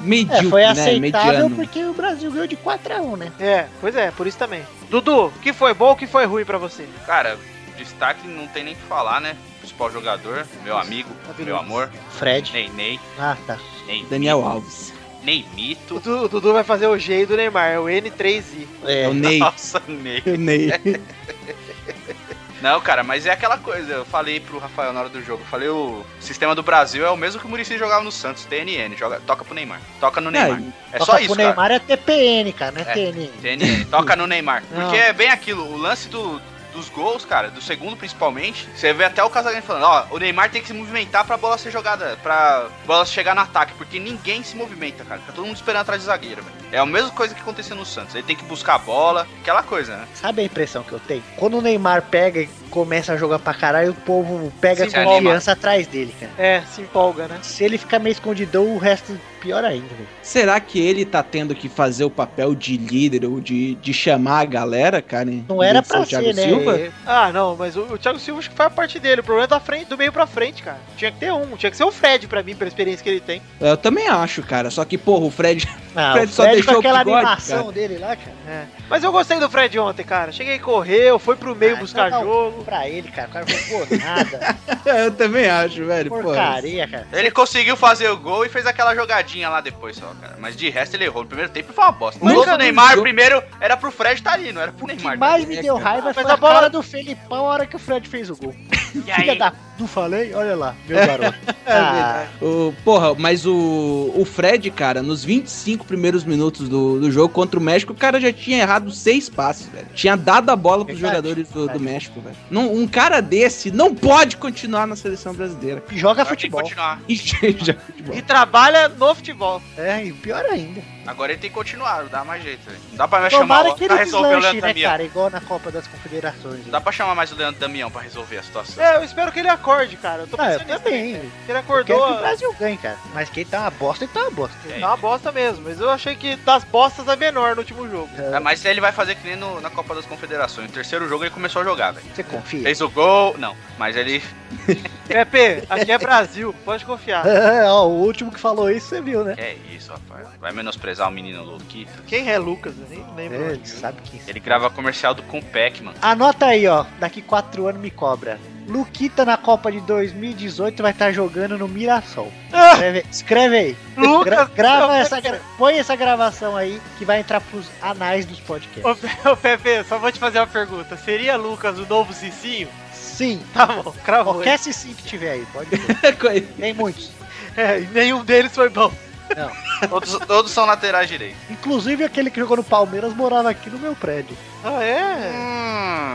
Speaker 5: É,
Speaker 6: medíocre,
Speaker 5: foi
Speaker 6: né?
Speaker 5: aceitável
Speaker 6: Mediano.
Speaker 5: porque o Brasil ganhou de 4x1, né?
Speaker 3: É, pois é, por isso também. Dudu, o que foi bom, o que foi ruim pra você?
Speaker 4: é- Cara, destaque não tem nem o que falar, né? Principal jogador, meu amigo,
Speaker 5: Tá
Speaker 3: Davi
Speaker 4: meu
Speaker 3: Luiz.
Speaker 4: amor,
Speaker 5: Fred.
Speaker 4: Neném,
Speaker 5: Ah, tá.
Speaker 4: Neném.
Speaker 6: Daniel Alves.
Speaker 3: O
Speaker 4: Neymito.
Speaker 3: Du- o Dudu vai fazer o G do Neymar, é o N3I.
Speaker 6: [LAUGHS] É o Ney.
Speaker 4: Nossa, Ney.
Speaker 6: O Ney.
Speaker 5: É,
Speaker 4: Não, cara, mas é aquela coisa. Eu falei pro Rafael na hora do jogo. Eu falei, o sistema do Brasil é o mesmo que o Murici jogava no Santos, TNN. Joga, toca pro Neymar. Toca no Neymar. É,
Speaker 5: Toca
Speaker 4: só
Speaker 5: pro
Speaker 4: isso, cara.
Speaker 5: Neymar é TPN, cara, não é,
Speaker 4: É.
Speaker 5: TNN.
Speaker 4: TNN, toca no Neymar.
Speaker 5: Não.
Speaker 4: Porque é bem aquilo, o lance do- dos gols, cara, do segundo principalmente, você vê até o Casagrande falando, ó, o Neymar tem que se movimentar pra bola ser jogada, pra bola chegar no ataque, porque ninguém se movimenta, cara. Tá todo mundo esperando atrás do zagueiro, velho. É a mesma coisa que aconteceu no Santos. Ele tem que buscar a bola, aquela coisa, né?
Speaker 5: Sabe a impressão que eu tenho? Quando o Neymar pega e começa a jogar pra caralho, o povo pega
Speaker 4: Se anima.
Speaker 5: confiança atrás dele, cara.
Speaker 3: É, se empolga, né?
Speaker 5: Se ele ficar meio escondidão, o resto pior ainda, velho.
Speaker 6: Será que ele tá tendo que fazer o papel de líder ou de, de chamar a galera, cara? em-
Speaker 5: Não era
Speaker 6: do
Speaker 5: pra
Speaker 6: Thiago
Speaker 5: ser, né?
Speaker 6: Silva?
Speaker 5: É,
Speaker 3: Ah, não, mas o, o Thiago Silva acho que faz a parte dele. O problema é da frente, do meio pra frente, cara. Tinha que ter um, tinha que ser o Fred pra mim, pela experiência que ele tem.
Speaker 6: Eu também acho, cara. Só que, porra, o Fred. [LAUGHS]
Speaker 5: Ah,
Speaker 6: O
Speaker 5: o
Speaker 6: Fred só
Speaker 5: Fred com
Speaker 6: deixou o
Speaker 5: aquela
Speaker 6: bigode,
Speaker 5: animação dele lá, cara.
Speaker 3: Mas eu gostei do Fred ontem, cara. Cheguei, correu, foi pro meio
Speaker 5: Ah,
Speaker 3: buscar
Speaker 5: então dá um
Speaker 3: jogo.
Speaker 5: Pra ele, cara. O cara falou, pô,
Speaker 6: [LAUGHS]
Speaker 5: nada.
Speaker 6: eu também acho, velho. Porra.
Speaker 5: porcaria, cara.
Speaker 4: Ele conseguiu fazer o gol e fez aquela jogadinha lá depois só, cara. Mas de resto ele errou. No primeiro tempo foi uma bosta.
Speaker 6: Mas
Speaker 4: o gol do
Speaker 6: cara,
Speaker 4: Neymar,
Speaker 6: eu-
Speaker 4: primeiro, era pro Fred tá ali, não era pro
Speaker 5: O que
Speaker 4: Neymar. tá
Speaker 5: mais me deu raiva
Speaker 3: Mas
Speaker 5: foi
Speaker 3: a
Speaker 5: a
Speaker 3: bola-
Speaker 5: bola do Felipão a hora que o Fred fez o
Speaker 3: [LAUGHS]
Speaker 5: gol.
Speaker 4: ali. E
Speaker 5: Filha
Speaker 4: aí,
Speaker 5: da... Não falei? Olha lá, meu garoto.
Speaker 3: É
Speaker 5: Ah,
Speaker 6: O, porra, mas o, o Fred, cara, nos 25 primeiros minutos do, do jogo contra o México, o cara já tinha errado seis passes, velho. Tinha dado a bola pros
Speaker 5: Verdade,
Speaker 6: jogadores do, do
Speaker 5: verdade.
Speaker 6: México, velho. Não- um cara desse não pode continuar na seleção brasileira. [LAUGHS]
Speaker 5: joga
Speaker 4: agora tem que
Speaker 5: futebol.
Speaker 4: continuar.
Speaker 6: E já-
Speaker 3: E trabalha no futebol.
Speaker 5: É, e pior ainda.
Speaker 4: Agora ele tem que continuar, não dá mais jeito, velho. Não dá pra mais chamar
Speaker 5: Tomara
Speaker 4: o-
Speaker 5: que
Speaker 4: pra
Speaker 5: ele
Speaker 4: resolver o
Speaker 5: deslanche,
Speaker 4: Leandro
Speaker 5: né,
Speaker 4: Damião.
Speaker 5: cara? Igual na Copa das Confederações. né?
Speaker 4: Não dá pra chamar mais o Leandro Damião pra resolver a situação.
Speaker 3: É, eu espero que ele acorde, cara. É, Eu tô
Speaker 5: Ah,
Speaker 3: pensando
Speaker 5: eu
Speaker 3: nisso
Speaker 5: também.
Speaker 3: também,
Speaker 4: né?
Speaker 3: cara. Que ele
Speaker 5: Eu quero que o
Speaker 3: acordou.
Speaker 5: Brasil ganhe, cara. Mas quem tá uma bosta, ele tá uma bosta.
Speaker 4: É.
Speaker 3: Tá uma bosta mesmo, mas eu achei que das bostas a menor no último jogo.
Speaker 4: É, mas ele vai fazer que nem no- na Copa das Confederações. No terceiro jogo ele começou a jogar, velho.
Speaker 5: Você confia?
Speaker 4: Fez o gol, não. Mas ele.
Speaker 3: Pepe, aqui é Brasil, pode confiar.
Speaker 5: [LAUGHS] Ó, o último que falou isso, você viu, né?
Speaker 4: É isso, rapaz. Vai menosprezar o menino Luquito.
Speaker 3: Quem é Lucas? Eu nem lembro.
Speaker 5: É, sabe quem
Speaker 4: Ele grava comercial do Compec, mano.
Speaker 5: Anota aí, ó. Daqui quatro anos me cobra. Luquita na Copa de 2018 vai estar jogando no Mirassol.
Speaker 4: [LAUGHS]
Speaker 5: Escreve, escreve aí. Gra-
Speaker 3: Lucas,
Speaker 5: grava essa, gra- põe essa gravação aí que vai entrar pros anais dos podcasts.
Speaker 3: Ô, Pe- ô, Pepe, só vou te fazer uma pergunta. Seria Lucas o novo Cicinho?
Speaker 5: Sim.
Speaker 3: Tá bom, cravou.
Speaker 5: Qualquer sim que tiver aí, pode ver. [LAUGHS] Tem muitos.
Speaker 3: É, e nenhum deles foi bom.
Speaker 4: Todos, todos são laterais direito.
Speaker 5: Inclusive aquele que jogou no Palmeiras morava aqui no meu prédio.
Speaker 3: Ah, é?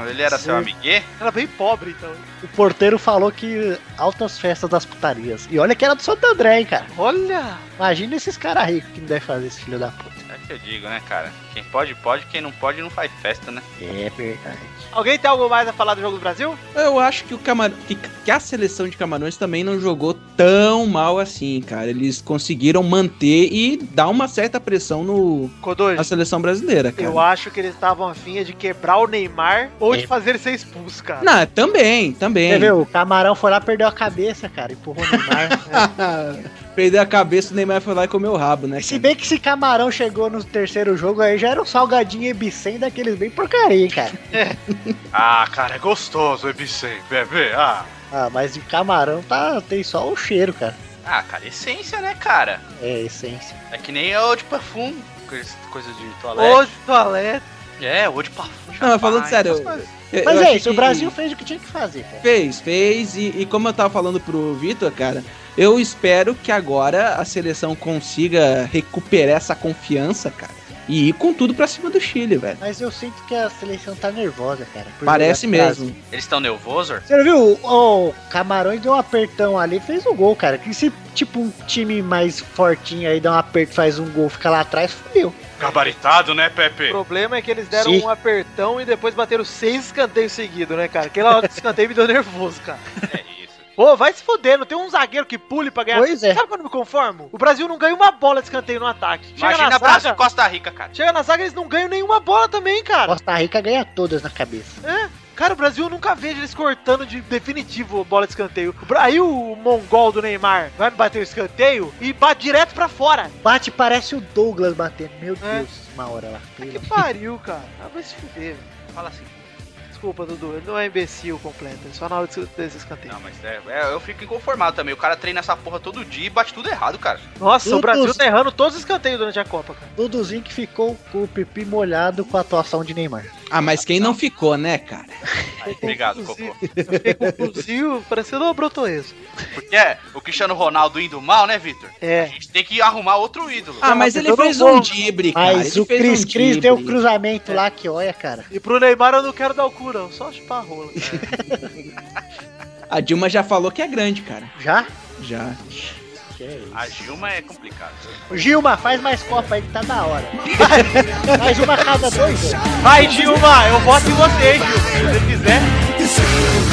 Speaker 4: Hum, ele era seu
Speaker 5: Sim.
Speaker 4: amiguê?
Speaker 3: Era bem pobre, então.
Speaker 5: O porteiro falou que altas festas das putarias. E olha que era do Santo André, hein, cara.
Speaker 3: Olha!
Speaker 5: Imagina esses caras ricos que não devem fazer esse filho da puta.
Speaker 4: É que eu digo, né, cara? Quem pode, pode. Quem não pode, não faz festa, né?
Speaker 5: É verdade.
Speaker 3: Alguém tem algo mais a falar do jogo do Brasil?
Speaker 6: Eu acho que, o Camar... que, que a seleção de Camarões também não jogou tão mal assim, cara. Eles conseguiram manter e dar uma certa pressão no...
Speaker 3: Codoi,
Speaker 6: na seleção brasileira, cara.
Speaker 3: eu acho que eles estavam afim de quebrar o Neymar ou de
Speaker 5: É.
Speaker 3: fazer ele ser expulso, cara.
Speaker 6: Não, também, também.
Speaker 5: Você viu? O camarão foi lá, perdeu a cabeça, cara. Empurrou o [LAUGHS] Neymar.
Speaker 6: Ah, Perdeu a cabeça, o Neymar foi lá e comeu o rabo, né?
Speaker 5: É. Se
Speaker 6: cara?
Speaker 5: bem que esse camarão chegou no terceiro jogo aí, já era um salgadinho ebicem daqueles bem porcaria, hein, cara.
Speaker 4: Ah, cara, é gostoso o Ebicem, bebê. Ah.
Speaker 5: Ah, mas de camarão tá, tem só o cheiro, cara.
Speaker 4: ah, cara, essência, né, cara?
Speaker 5: É, essência.
Speaker 4: É que nem o de perfume. coisa- Coisa de toalete.
Speaker 3: Ô, toalete.
Speaker 4: É, hoje parfum.
Speaker 6: Não, Ah, mas falando sério, eu- Eu-
Speaker 5: Mas
Speaker 6: eu
Speaker 5: é
Speaker 6: achei
Speaker 5: isso, o
Speaker 6: que
Speaker 5: Brasil fez o que tinha que fazer, cara.
Speaker 6: Fez, fez, e, e como eu tava falando pro Vitor, cara, eu espero que agora a seleção consiga recuperar essa confiança, cara, e ir com tudo pra cima do Chile, velho.
Speaker 5: Mas eu sinto que a seleção tá nervosa, cara. por
Speaker 6: Parece
Speaker 5: jogar com o
Speaker 6: mesmo.
Speaker 4: Eles estão nervosos?
Speaker 5: Você não viu? O Camarões deu um apertão ali, fez um gol, cara. Que se, tipo, um time mais fortinho aí dá um aperto, faz um gol, fica lá atrás, fodeu.
Speaker 4: Gabaritado, né, Pepe?
Speaker 3: O problema é que eles deram
Speaker 5: Sim.
Speaker 3: um apertão e depois bateram seis escanteios seguidos, né, cara? Aquela hora do escanteio me deu nervoso, cara.
Speaker 4: É isso.
Speaker 3: Pô, vai se fuder, não tem um zagueiro que pule pra ganhar.
Speaker 5: Pois é.
Speaker 3: Sabe quando eu me conformo? O Brasil não ganha uma bola de escanteio no ataque. Chega
Speaker 4: Imagina
Speaker 3: na
Speaker 4: Brasil e
Speaker 3: zaga,
Speaker 4: Costa Rica, cara.
Speaker 3: chega na zaga, eles não ganham nenhuma bola também, cara.
Speaker 5: Costa Rica ganha todas na cabeça.
Speaker 3: Cara, o Brasil eu nunca vejo eles cortando de definitivo a bola de escanteio. O Bra- Aí o mongol do Neymar vai bater o escanteio e bate direto pra fora.
Speaker 5: Bate, parece o Douglas batendo. Meu
Speaker 3: É.
Speaker 5: Deus, uma hora lá.
Speaker 3: Que pariu, cara. Ah, vai se fuder.
Speaker 4: Fala assim.
Speaker 3: Desculpa, Dudu, ele não é imbecil completo, ele só na hora desse- desse escanteio.
Speaker 4: Não, mas é, é, eu fico inconformado também. O cara treina essa porra todo dia e bate tudo errado, cara.
Speaker 3: Nossa, o
Speaker 5: Dudu-
Speaker 3: Brasil tá errando todos os escanteios durante a Copa, cara.
Speaker 5: Duduzinho que ficou com o pipi molhado com a atuação de Neymar.
Speaker 6: Ah, mas quem não ficou, né, cara?
Speaker 4: Aí, obrigado,
Speaker 3: Inclusive-
Speaker 4: Cocô.
Speaker 3: Eu fiquei com o um Brasil [LAUGHS] parecendo o Brotoeso.
Speaker 4: Porque é, o Cristiano Ronaldo indo mal, né, Vitor? A
Speaker 3: É,
Speaker 4: gente tem que arrumar outro ídolo.
Speaker 6: Ah, mas ele
Speaker 5: eu não
Speaker 6: fez
Speaker 5: vou.
Speaker 6: um dibre, cara.
Speaker 5: Mas
Speaker 6: ele
Speaker 5: o
Speaker 6: fez
Speaker 5: Cris
Speaker 6: um
Speaker 5: Cris
Speaker 6: drible. É.
Speaker 5: deu um cruzamento lá que olha, cara.
Speaker 3: e pro Neymar eu não quero dar o cu, não, só chupar a rola.
Speaker 6: A Dilma já falou que é grande, cara.
Speaker 5: Já?
Speaker 6: Já.
Speaker 5: Ah.
Speaker 4: A Gilma é complicado.
Speaker 5: Gilma, faz mais Copa aí que tá da hora. [LAUGHS] faz uma a cada dois. anos.
Speaker 3: Vai, Dilma, eu voto em você, Dilma, se você quiser.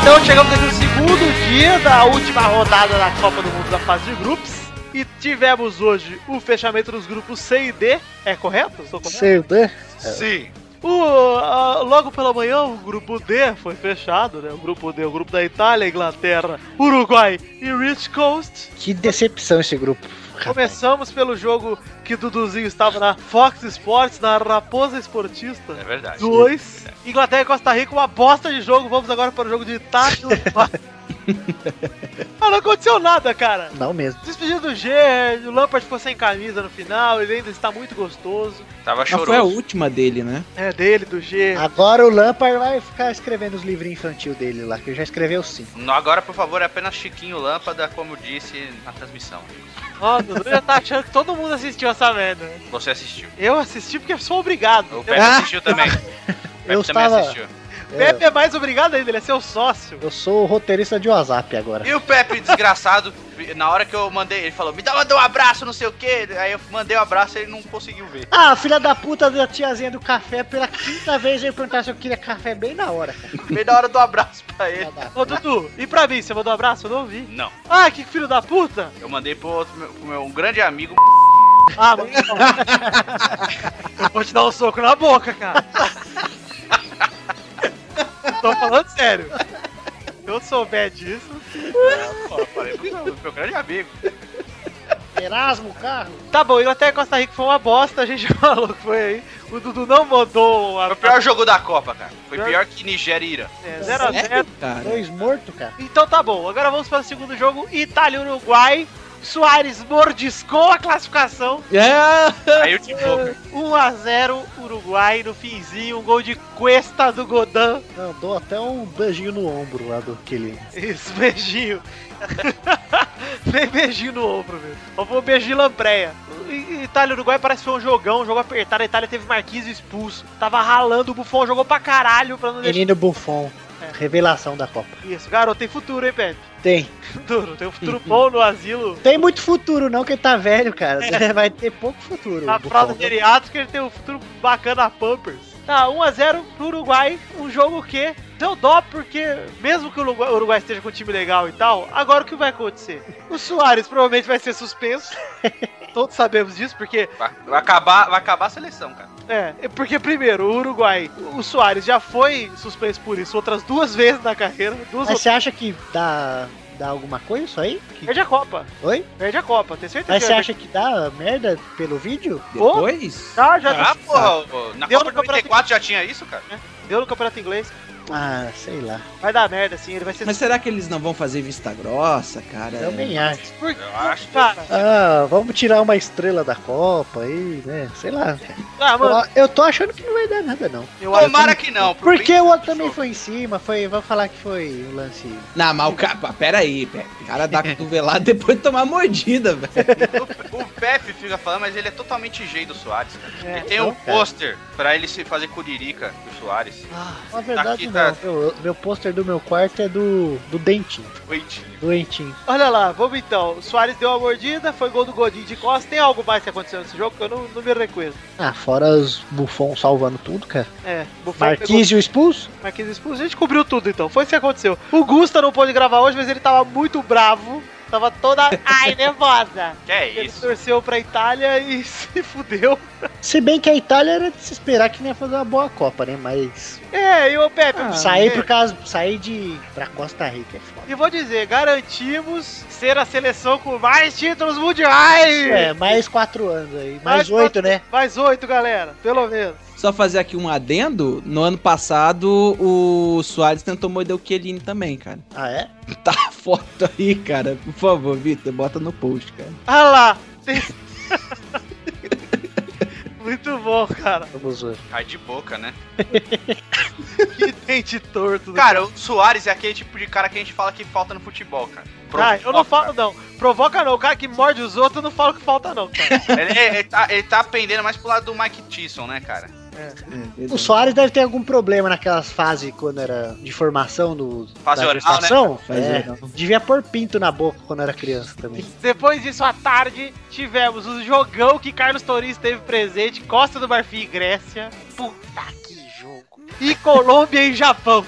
Speaker 3: Então chegamos aqui no segundo dia da última rodada da Copa do Mundo da fase de grupos. E tivemos hoje o fechamento dos grupos C e D. É correto? Estou correto?
Speaker 5: Sei, né?
Speaker 6: É.
Speaker 4: Sim.
Speaker 3: O, ah, logo pela manhã, o grupo D foi fechado, né? O grupo D, o grupo da Itália, Inglaterra, Uruguai e Rich Coast.
Speaker 5: Que decepção esse grupo.
Speaker 3: Começamos pelo jogo que Duduzinho estava na Fox Sports, na Raposa Esportista.
Speaker 4: É verdade.
Speaker 3: 2. Inglaterra e Costa Rica, uma bosta de jogo. Vamos agora para o jogo de Itália. e Uruguai. ah, não aconteceu nada, cara.
Speaker 5: Não mesmo.
Speaker 3: Despedido do G, o Lampard ficou sem camisa no final, ele ainda está muito gostoso.
Speaker 4: Tava
Speaker 6: Mas foi a
Speaker 4: choroso.
Speaker 6: última dele, né?
Speaker 3: É dele, do G.
Speaker 5: Agora o Lampard vai ficar escrevendo os livrinhos infantil dele lá, que ele já escreveu cinco.
Speaker 4: Não, Agora, por favor, é apenas Chiquinho Lâmpada, como eu disse na transmissão.
Speaker 3: Nossa, o Dudu já tá achando que todo mundo assistiu essa merda.
Speaker 4: Você assistiu.
Speaker 3: Eu assisti porque sou obrigado.
Speaker 4: O
Speaker 3: Eu-
Speaker 4: Pepe
Speaker 5: Ah!
Speaker 4: assistiu também.
Speaker 6: [LAUGHS]
Speaker 4: O
Speaker 5: Eu
Speaker 4: Pepe também
Speaker 5: estava-
Speaker 4: assistiu.
Speaker 3: Pepe é mais obrigado ainda, ele é seu sócio.
Speaker 5: Eu sou o roteirista de WhatsApp agora.
Speaker 4: E o Pepe, desgraçado, na hora que eu mandei, ele falou, me dá, manda um abraço, não sei o quê. Aí eu mandei o abraço e ele não conseguiu ver.
Speaker 5: Ah, filha da puta da tiazinha do café, pela quinta vez eu ia perguntar se eu queria café bem na hora, cara.
Speaker 4: Bem na hora do abraço pra ele.
Speaker 5: Filha da
Speaker 3: Ô,
Speaker 5: puta.
Speaker 3: Dudu, e pra mim? Você mandou um abraço? Eu não ouvi.
Speaker 4: Não,
Speaker 3: Ah, que filho da puta!
Speaker 4: eu mandei pro, outro, meu- pro meu um grande amigo.
Speaker 3: Ah, mano. Eu vou te dar um soco na boca, cara. Tô falando sério. Se eu souber disso.
Speaker 4: Pô, eu falei pro meu, pro meu grande amigo.
Speaker 5: Erasmo, carro.
Speaker 3: Tá bom, Inglaterra e Costa Rica foi uma bosta, a gente [LAUGHS] falou que foi aí. O Dudu não mandou um a
Speaker 4: Foi o pior jogo da Copa, cara. Foi
Speaker 3: Pior-
Speaker 4: pior que Nigéria e
Speaker 6: [LAUGHS]
Speaker 4: Irã.
Speaker 3: É, 0 a 0
Speaker 6: Sério, cara.
Speaker 5: Dois mortos, cara.
Speaker 3: Então tá bom, agora vamos para o segundo jogo: Itália e Uruguai. Soares mordiscou a classificação.
Speaker 6: É.
Speaker 4: Aí eu te pouco.
Speaker 3: 1x0 Uruguai no finzinho, um gol de Cuesta do Godin.
Speaker 5: Não, dou até um beijinho no ombro lá do aquele.
Speaker 3: Isso, beijinho. [LAUGHS] Vem beijinho no ombro, meu. Eu vou beijinho lampreia. I- Itália e Uruguai parece que foi um jogão, um jogo apertado. A Itália teve Marquinhos expulso. Tava ralando, o Buffon jogou pra caralho pra não deixar.
Speaker 5: Menino Buffon.
Speaker 3: É.
Speaker 5: Revelação da Copa.
Speaker 3: Isso, garoto, tem futuro, hein, Pepe? [LAUGHS]
Speaker 5: Tem.
Speaker 3: Futuro, tem um futuro bom no asilo.
Speaker 5: Tem muito futuro, não, que ele tá velho, cara. Vai ter pouco futuro.
Speaker 3: Na
Speaker 5: Buffon.
Speaker 3: fralda geriátrica, ele tem um futuro bacana na Pampers. Tá, 1x0 pro Uruguai, um jogo que deu dó, porque mesmo que o Uruguai, o Uruguai esteja com um time legal e tal, agora o que vai acontecer? O Soares provavelmente vai
Speaker 5: [LAUGHS]
Speaker 3: ser suspenso. Todos sabemos disso, porque,
Speaker 4: Vai, vai acabar, vai acabar a seleção, cara.
Speaker 3: é, é porque primeiro, o Uruguai, o Soares já foi suspenso por isso outras duas vezes na carreira, duas
Speaker 5: Mas
Speaker 3: outras.
Speaker 5: você acha que dá, dá alguma coisa isso aí? Que-
Speaker 3: Perde a Copa,
Speaker 5: Oi?
Speaker 3: perde a Copa, tenho certeza.
Speaker 5: Mas
Speaker 3: que
Speaker 5: você
Speaker 3: vai-
Speaker 5: acha que dá merda pelo vídeo?
Speaker 6: Depois?
Speaker 3: Já, tá já
Speaker 4: Ah, porra, ô, na
Speaker 3: Deu no
Speaker 4: Copa É. de
Speaker 3: campeonato-
Speaker 4: 94 já tinha isso, cara?
Speaker 3: deu no Campeonato Inglês,
Speaker 5: Ah, sei lá.
Speaker 3: vai dar merda, assim, ele vai ser
Speaker 6: Mas será que eles não vão fazer vista grossa, cara?
Speaker 5: Também acho.
Speaker 3: Por
Speaker 4: Eu acho que-
Speaker 3: Cara,
Speaker 5: Ah, vamos tirar uma estrela da Copa aí, né? Sei lá.
Speaker 3: ah, mano,
Speaker 5: Eu, eu tô achando que não vai dar nada, não.
Speaker 3: eu acho
Speaker 4: Tomara que não. pro
Speaker 5: Porque
Speaker 4: bem
Speaker 5: o outro
Speaker 4: do
Speaker 5: também
Speaker 4: jogo.
Speaker 5: foi em cima, foi. Vamos falar que foi o lance.
Speaker 6: Não, mas o cara. Pera aí, Pepe. O cara dá cotovelada [LAUGHS] depois de tomar mordida, velho.
Speaker 4: [LAUGHS] O Pepe fica falando, mas ele é totalmente jeito do Soares, cara.
Speaker 3: É,
Speaker 4: Ele tem
Speaker 5: não,
Speaker 4: um
Speaker 5: cara.
Speaker 4: pôster pra ele se fazer curirica do Soares. [LAUGHS]
Speaker 5: Na
Speaker 4: Tá
Speaker 5: verdade,
Speaker 4: aqui,
Speaker 5: não.
Speaker 4: tá.
Speaker 5: Meu, meu pôster do meu quarto é do, do Dentinho.
Speaker 4: Doentinho.
Speaker 5: Do Dentinho.
Speaker 3: Olha lá, vamos então. O Soares deu uma mordida, foi gol do Godinho de Costa. Tem algo mais que aconteceu nesse jogo que eu não, não me recuerdo.
Speaker 5: Ah, fora os Buffon salvando tudo, cara.
Speaker 3: É, Buffon pegou
Speaker 5: Marquísio expulso?
Speaker 3: Marquinhos expulso. A gente cobriu tudo então. Foi isso que aconteceu. O Gusta não pôde gravar hoje, mas ele tava muito bravo. Tava toda. Ai, nervosa.
Speaker 4: Que é
Speaker 3: Ele
Speaker 4: isso?
Speaker 3: torceu pra Itália e [LAUGHS] se fudeu.
Speaker 5: Se bem que a Itália era de se esperar que não ia fazer uma boa Copa, né? Mas
Speaker 3: É, e o Pepe.
Speaker 6: Ah,
Speaker 5: sair
Speaker 3: é.
Speaker 5: por causa. sair de. pra Costa Rica é foda.
Speaker 3: E vou dizer, garantimos ser a seleção com mais títulos mundiais.
Speaker 5: É, mais quatro anos aí. Mais
Speaker 3: Mais
Speaker 5: oito, né?
Speaker 3: Mais oito, galera. Pelo menos.
Speaker 6: Só fazer aqui um adendo, no ano passado o Soares tentou morder o Chiellini também, cara. [LAUGHS]
Speaker 5: Ah, é?
Speaker 6: Tá a foto aí, cara. Por favor, Vitor, bota no post, cara.
Speaker 3: Ah lá. Tem- [LAUGHS] Muito bom, cara.
Speaker 5: Vamos ver.
Speaker 4: Cai de boca, né?
Speaker 3: Que dente torto. do
Speaker 4: Cara, o Soares é aquele tipo de cara que a gente fala que falta no futebol, cara.
Speaker 3: cara. Ah, eu não falo não. Provoca não. O cara que morde os outros, eu não falo que falta não, [LAUGHS] cara.
Speaker 4: Ele, ele tá, ele tá pendendo mais pro lado do Mike Tyson, né, cara?
Speaker 5: O Soares deve ter algum problema naquelas fases quando era de formação do,
Speaker 4: Fase
Speaker 5: da
Speaker 4: oral, né?
Speaker 5: gestação.
Speaker 6: Fase
Speaker 5: É.
Speaker 6: oral.
Speaker 5: Devia pôr pinto na boca quando era criança também.
Speaker 3: Depois disso, à tarde, tivemos o jogão que Carlos Torin esteve presente, Costa do Marfim e Grécia. Puta que jogo. E Colômbia e Japão.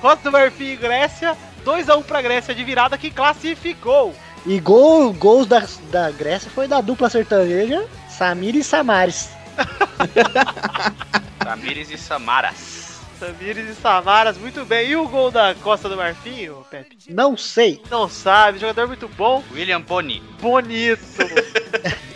Speaker 3: Costa do Marfim e Grécia, 2x1 pra Grécia de virada que classificou.
Speaker 5: E gol, gols da, da Grécia foi da dupla sertaneja Samir e Samares.
Speaker 4: Tamires e Samaras.
Speaker 3: Tamires e Samaras, muito bem. E o gol da Costa do Marfim, ô Pepe?
Speaker 5: Não sei.
Speaker 3: Não sabe, jogador muito bom,
Speaker 4: William Boni.
Speaker 3: bonito.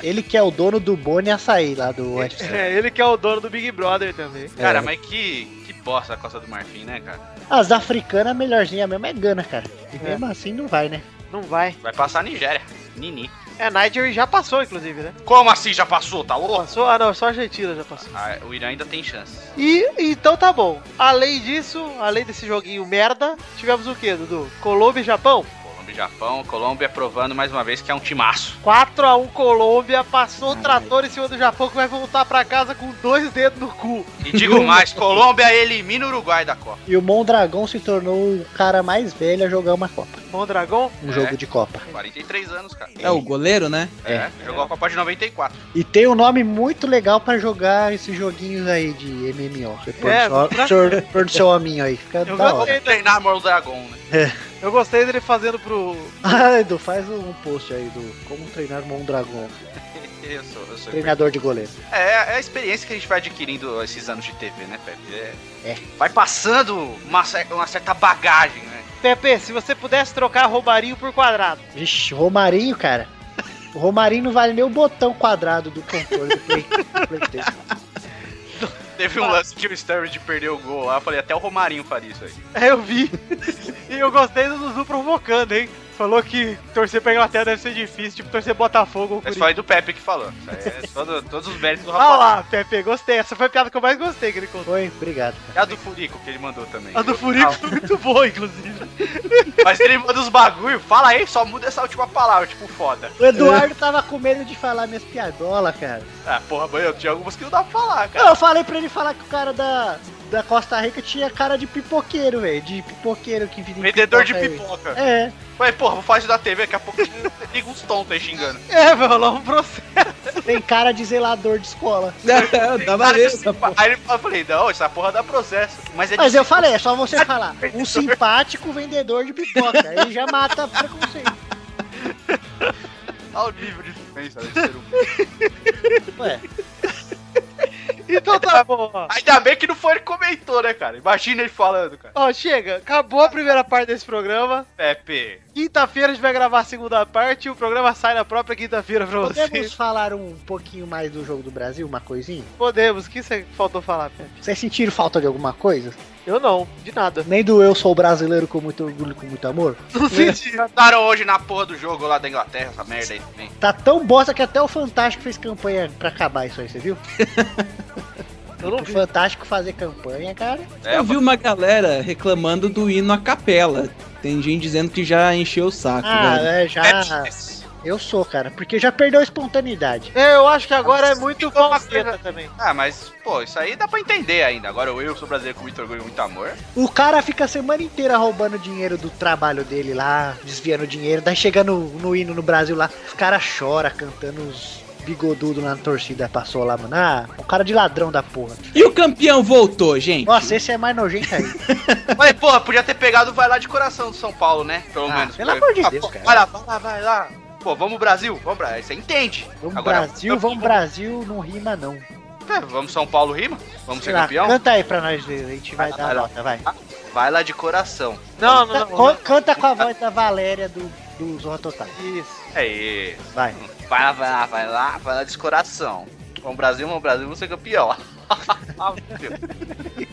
Speaker 5: Ele que é o dono do Boni Açaí lá do UFC.
Speaker 3: É, ele que é o dono do Big Brother também.
Speaker 4: Cara, mas que, que bosta a Costa do Marfim, né, cara?
Speaker 5: As africanas, a melhorzinha mesmo é Gana, cara. E
Speaker 3: É.
Speaker 5: mesmo assim não vai, né?
Speaker 3: Não vai.
Speaker 4: Vai passar a Nigéria. Nini.
Speaker 3: É, Niger já passou, inclusive, né?
Speaker 4: Como assim já passou? Tá louco?
Speaker 3: Passou? Ah, não, só a Argentina já passou.
Speaker 4: Ah, o Irã ainda tem chance.
Speaker 3: E então tá bom. Além disso, além desse joguinho merda, tivemos o quê, Dudu? Colômbia e Japão?
Speaker 4: Colômbia e Japão. Colômbia provando mais uma vez que é um timaço.
Speaker 3: 4x1 Colômbia, passou o trator em cima do Japão que vai voltar pra casa com dois dedos no cu.
Speaker 4: E [LAUGHS] digo mais, Colômbia elimina o Uruguai da Copa.
Speaker 5: E o Mondragão se tornou o cara mais velho a jogar uma Copa.
Speaker 3: Mondragão?
Speaker 5: Um
Speaker 4: É.
Speaker 5: jogo de Copa.
Speaker 4: 43 anos, cara.
Speaker 6: É o goleiro, né?
Speaker 4: É, jogou a Copa de 94.
Speaker 5: E tem um nome muito legal pra jogar esses joguinhos aí de MMO. Você põe
Speaker 3: É,
Speaker 5: só-
Speaker 3: pra-
Speaker 5: só- põe no seu hominho aí. Fica
Speaker 3: Eu
Speaker 5: da hora.
Speaker 4: Vamos treinar a Moro Dragon, né?
Speaker 3: Eu gostei dele fazendo pro.
Speaker 5: Ah, Edu, faz um post aí do Como Treinar Mondragão.
Speaker 4: Eu sou, eu sou.
Speaker 5: Treinador de goleiro.
Speaker 4: É, é a experiência que a gente vai adquirindo esses anos de TV, né, Pepe? É.
Speaker 5: É.
Speaker 4: Vai passando uma, cer- uma certa bagagem, né?
Speaker 3: Pepe, se você pudesse trocar Romarinho por quadrado.
Speaker 5: Vixe, Romarinho, cara. O Romarinho não vale nem o botão quadrado do controle do Play- [LAUGHS] do Playstation.
Speaker 4: Teve um lance que o Sturridge perdeu o gol lá. Eu falei, até o Romarinho faria isso aí.
Speaker 3: É, eu vi. e eu gostei do Dudu provocando, hein? Falou que torcer pra Inglaterra deve ser difícil, tipo torcer Botafogo ou
Speaker 4: Mas
Speaker 3: Corinthians.
Speaker 4: foi É do Pepe que falou. Isso aí é todo- todos os méritos do
Speaker 3: Ah
Speaker 4: rapaz.
Speaker 3: lá, Pepe, gostei. Essa foi a piada que eu mais gostei que ele contou.
Speaker 5: Foi, obrigado.
Speaker 4: E a do Furico que ele mandou também.
Speaker 3: A do Furico foi muito boa, inclusive.
Speaker 4: Mas ele manda os bagulho, fala aí, só muda essa última palavra, tipo foda.
Speaker 5: O Eduardo tava com medo de falar minhas piadolas, cara.
Speaker 4: Ah, porra, mãe, eu tinha algumas que não dá pra falar, [LAUGHS] cara.
Speaker 5: Eu falei pra ele falar que o cara da, da Costa Rica tinha cara de pipoqueiro, velho. De pipoqueiro que vende
Speaker 4: Vendedor de
Speaker 5: aí.
Speaker 4: pipoca.
Speaker 5: É,
Speaker 4: Mas, porra, vou fazer da TV, daqui a pouco [LAUGHS] liga uns tontos aí xingando.
Speaker 3: É, vai rolar um processo.
Speaker 5: tem cara de zelador de escola.
Speaker 6: [LAUGHS] Eu tava
Speaker 4: Cara,
Speaker 6: lendo
Speaker 4: esse
Speaker 6: essa porra.
Speaker 4: Aí ele- eu falei, não, essa porra dá processo. Mas é
Speaker 5: Mas
Speaker 4: de-
Speaker 5: eu falei, é só você falar. Um simpático vendedor de pipoca. Aí já mata
Speaker 4: [LAUGHS]
Speaker 5: preconceito.
Speaker 4: Olha o é um nível de diferença desse ser humano.
Speaker 5: Ué,
Speaker 3: Então tá bom. ó.
Speaker 4: [LAUGHS] Ainda bem que não foi ele que comentou, né, cara? Imagina ele falando, cara.
Speaker 3: Ó, chega. Acabou a primeira parte desse programa.
Speaker 4: Pepe.
Speaker 3: Quinta-feira a gente vai gravar a segunda parte e o programa sai na própria quinta-feira pra
Speaker 5: podemos
Speaker 3: vocês.
Speaker 5: falar um pouquinho mais do jogo do Brasil, uma coisinha?
Speaker 3: Podemos. O que você faltou falar, Pepe?
Speaker 5: Vocês sentiram falta de alguma coisa?
Speaker 3: Eu não, de nada.
Speaker 5: Nem do eu sou brasileiro com muito orgulho, com muito amor?
Speaker 3: Não senti.
Speaker 4: Cantaram hoje na porra do jogo lá da Inglaterra, essa merda aí também.
Speaker 5: Tá tão bosta que até o Fantástico fez campanha pra acabar isso aí, você viu?
Speaker 3: Eu não
Speaker 5: O
Speaker 3: vi.
Speaker 5: Fantástico fazer campanha,
Speaker 3: [LAUGHS]
Speaker 5: cara.
Speaker 4: É,
Speaker 6: Eu vi uma galera reclamando do hino à capela. Tem gente dizendo que já encheu o saco,
Speaker 5: Ah,
Speaker 6: velho.
Speaker 5: é, já.
Speaker 4: Pepe.
Speaker 5: Eu sou, cara, porque já perdeu a espontaneidade.
Speaker 3: É, eu acho que agora é muito
Speaker 4: Ficou uma
Speaker 3: falseta
Speaker 4: coisa-
Speaker 3: também.
Speaker 4: Ah, mas, pô, isso aí dá pra entender ainda. Agora eu, eu sou brasileiro com muito orgulho e muito amor.
Speaker 5: O cara fica a semana inteira roubando dinheiro do trabalho dele lá, desviando dinheiro, daí chega no, no hino no Brasil lá, os caras choram cantando os bigodudos na torcida passou lá, mano. Ah, o cara de ladrão da porra.
Speaker 6: E o campeão voltou, gente.
Speaker 5: Nossa, esse é mais nojento aí.
Speaker 4: Mas, porra, podia ter pegado o Vai Lá de Coração do São Paulo, né? Pelo
Speaker 5: Ah,
Speaker 4: menos.
Speaker 5: pelo
Speaker 4: Foi-
Speaker 5: amor de
Speaker 4: Ah,
Speaker 5: Deus,
Speaker 4: pô,
Speaker 5: cara.
Speaker 4: Vai lá, vai lá, vai lá. Pô, vamos Brasil, vamos Brasil. Aí Você entende.
Speaker 5: Vamos
Speaker 4: Agora,
Speaker 5: Brasil, vamos Brasil, não rima não.
Speaker 4: É, vamos São Paulo rima? Vamos
Speaker 5: Sei
Speaker 4: ser
Speaker 5: lá,
Speaker 4: campeão?
Speaker 5: canta aí pra nós ver, a gente vai
Speaker 3: Ah,
Speaker 4: Vai
Speaker 5: dar
Speaker 4: lá,
Speaker 5: a
Speaker 4: vai lá.
Speaker 5: nota, vai.
Speaker 4: Vai lá de coração.
Speaker 3: Não, não,
Speaker 5: Canta,
Speaker 3: não. não.
Speaker 5: canta com a voz da Valéria do, do Zorra Total,
Speaker 3: Isso.
Speaker 4: É isso.
Speaker 5: vai.
Speaker 4: Vai lá, vai lá, vai lá, vai lá de coração. Vamos Brasil, vamos Brasil, vamos ser campeão. [LAUGHS] Ah, meu Deus. O que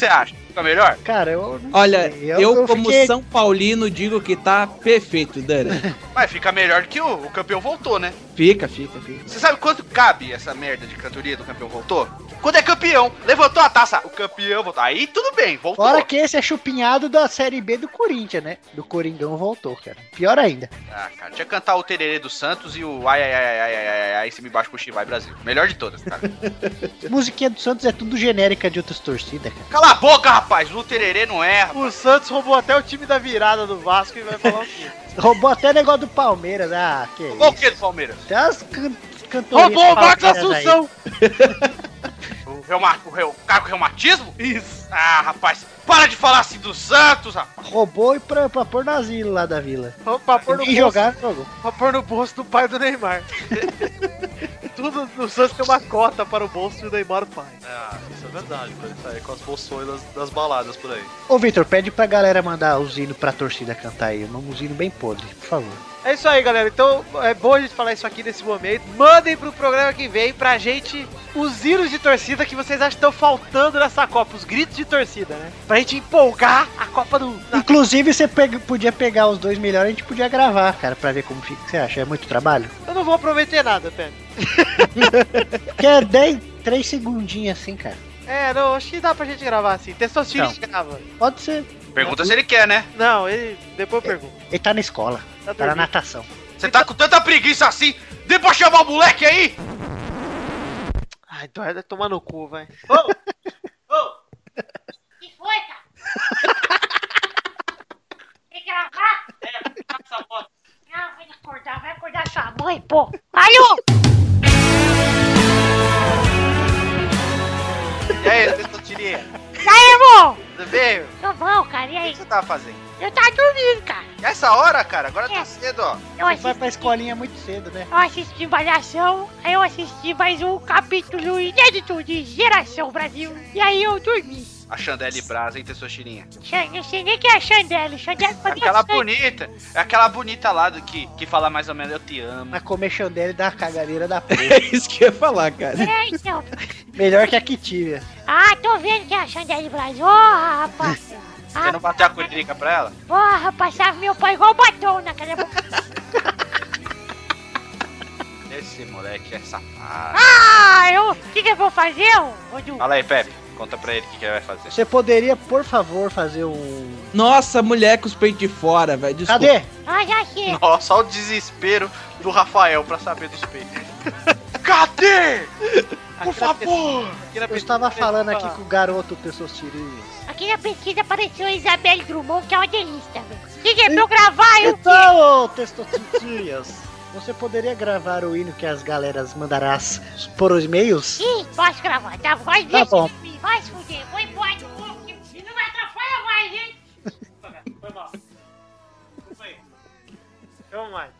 Speaker 4: Você acha? Fica melhor?
Speaker 5: Cara, eu não
Speaker 6: Olha,
Speaker 5: sei,
Speaker 6: eu, como
Speaker 5: fiquei-
Speaker 6: São Paulino digo que tá perfeito, Dana.
Speaker 4: Mas fica melhor que o, o campeão voltou, né?
Speaker 6: [LAUGHS] Fica, fica, fica.
Speaker 4: Você sabe quanto cabe essa merda de cantoria do campeão voltou? Quando é campeão, levantou a taça, o campeão voltou. Aí tudo bem, voltou.
Speaker 5: Fora que esse é chupinhado da Série B do Corinthians, né? Do Coringão voltou, cara. Pior ainda.
Speaker 4: Ah, cara, deixa eu cantar o Tererê do Santos e o ai, ai, ai, ai, ai, ai, ai, ai, se me baixa com o Chivai Brasil. Melhor de todas, cara.
Speaker 5: [LAUGHS] Musiquinha do Santos é tudo genérica de outras torcidas, cara.
Speaker 4: Cala a boca, rapaz, o Tererê não erra.
Speaker 3: O Santos roubou até o time da virada do Vasco e vai falar o quê?
Speaker 5: Roubou até negócio do Palmeiras, ah, que
Speaker 4: Roubou o
Speaker 5: isso.
Speaker 4: que do Palmeiras?
Speaker 5: Até as can cantorias
Speaker 3: [LAUGHS] roubou o
Speaker 5: do
Speaker 3: Marcos
Speaker 5: Palmeiras aí.
Speaker 3: Assunção!
Speaker 4: O, reuma, o, reu, o cara com reumatismo? Isso. Ah, rapaz, para de falar assim do Santos, rapaz.
Speaker 5: Roubou e pra, pra pôr no asilo lá da vila.
Speaker 3: Pra pôr no
Speaker 5: E
Speaker 3: bolso
Speaker 5: jogar, jogou.
Speaker 3: pra pôr no bolso do pai do Neymar. Tudo no Santos tem uma cota para o bolso do Neymar pai.
Speaker 7: Ah, isso é verdade, pra ele sair com as bolsões das, das baladas por aí.
Speaker 5: Ô, Vitor, pede pra galera mandar os hinos pra torcida cantar aí. Um hino bem podre, por favor.
Speaker 3: É isso aí, galera. Então é bom a gente falar isso aqui nesse momento. Mandem pro programa que vem pra gente os hinos de torcida que vocês acham que estão faltando nessa Copa, os gritos de torcida, né? Pra gente empolgar a Copa do.
Speaker 5: [LAUGHS]
Speaker 3: Na...
Speaker 5: Inclusive, você pega- podia pegar os dois melhores, a gente podia gravar, cara, pra ver como fica. O que Você acha? É muito trabalho?
Speaker 3: Eu não vou prometer nada, Pedro.
Speaker 5: Que é 10, 3 segundinhos assim, cara.
Speaker 3: É, não, acho que dá pra gente gravar assim. Testosterone grava.
Speaker 5: Pode ser.
Speaker 4: Pergunta se ele quer, né?
Speaker 3: Não, ele. Depois eu pergunto.
Speaker 5: Ele tá na escola,
Speaker 3: Tá
Speaker 5: tá na
Speaker 3: dormindo.
Speaker 5: natação.
Speaker 4: Você tá com tanta preguiça assim, dê pra chamar o moleque aí?
Speaker 3: Ai, Eduardo é tomar no cu, vai. [LAUGHS]
Speaker 8: Que foi, cara? [LAUGHS] Tem que gravar? É, essa foto. Não, vai acordar, vai acordar sua mãe, pô. Alô!
Speaker 4: E aí, Testotirinha?
Speaker 8: E aí, irmão?
Speaker 4: Tudo bem? O
Speaker 8: Tô bom, cara, e
Speaker 4: que
Speaker 8: aí?
Speaker 4: você tava fazendo?
Speaker 8: Eu tava dormindo, cara.
Speaker 4: E essa hora, cara, agora tá cedo, ó.
Speaker 8: Eu
Speaker 5: Você vai
Speaker 8: assisti,
Speaker 5: pra escolinha muito cedo, né?
Speaker 8: eu assisti Malhação, aí eu assisti mais um capítulo inédito de Geração Brasil, e aí eu dormi.
Speaker 4: A Chandelle Brasa, hein, Testotirinha?
Speaker 8: Xan- Não sei nem quem é Xandele, Xandele foi
Speaker 4: Aquela
Speaker 8: dançante.
Speaker 4: bonita, é aquela bonita lá do que, que fala mais ou menos eu te amo.
Speaker 5: Mas comer chandela e dar uma caganeira da porra.
Speaker 6: [LAUGHS] É isso que eu ia falar, cara.
Speaker 8: É, então.
Speaker 5: Melhor que a que tive.
Speaker 8: Ah, tô vendo que é a Xandele Brasil. Ô, rapaz.
Speaker 3: Ah.
Speaker 8: Ah,
Speaker 4: Você não bateu a cuidrica pra ela?
Speaker 8: Porra, passava meu pai igual batom naquela boca.
Speaker 4: Esse moleque é safado.
Speaker 8: Ah, eu. O que, que eu vou fazer, ô, ô Du?
Speaker 5: Ah.
Speaker 4: Fala aí, Pepe. Conta pra ele o que, que ele vai fazer.
Speaker 5: Você poderia, por favor, fazer um.
Speaker 6: Nossa, mulher com os peitos de fora, velho. Desculpa.
Speaker 5: Cadê?
Speaker 8: Ah, já sei.
Speaker 4: Nossa, olha o desespero do Rafael pra saber do espelho.
Speaker 3: [LAUGHS]
Speaker 4: Cadê? Por favor!
Speaker 5: Eu estava falando aqui com o garoto pessoas tirinhas.
Speaker 8: Aqui na pesquisa apareceu a Isabelle Drummond, que é uma delícia, velho. Que que é pra eu gravar? Eu...
Speaker 5: Então, testotirinhas, você poderia gravar o hino que as galeras mandarão por os e-mails?
Speaker 8: Ih, posso gravar, tá? Vai,
Speaker 5: Tá bom.
Speaker 8: de mim, vai se fuder. Vou embora de novo, que se não me atrapalha mais, hein?
Speaker 3: Foi mal. Foi. Vamos mais.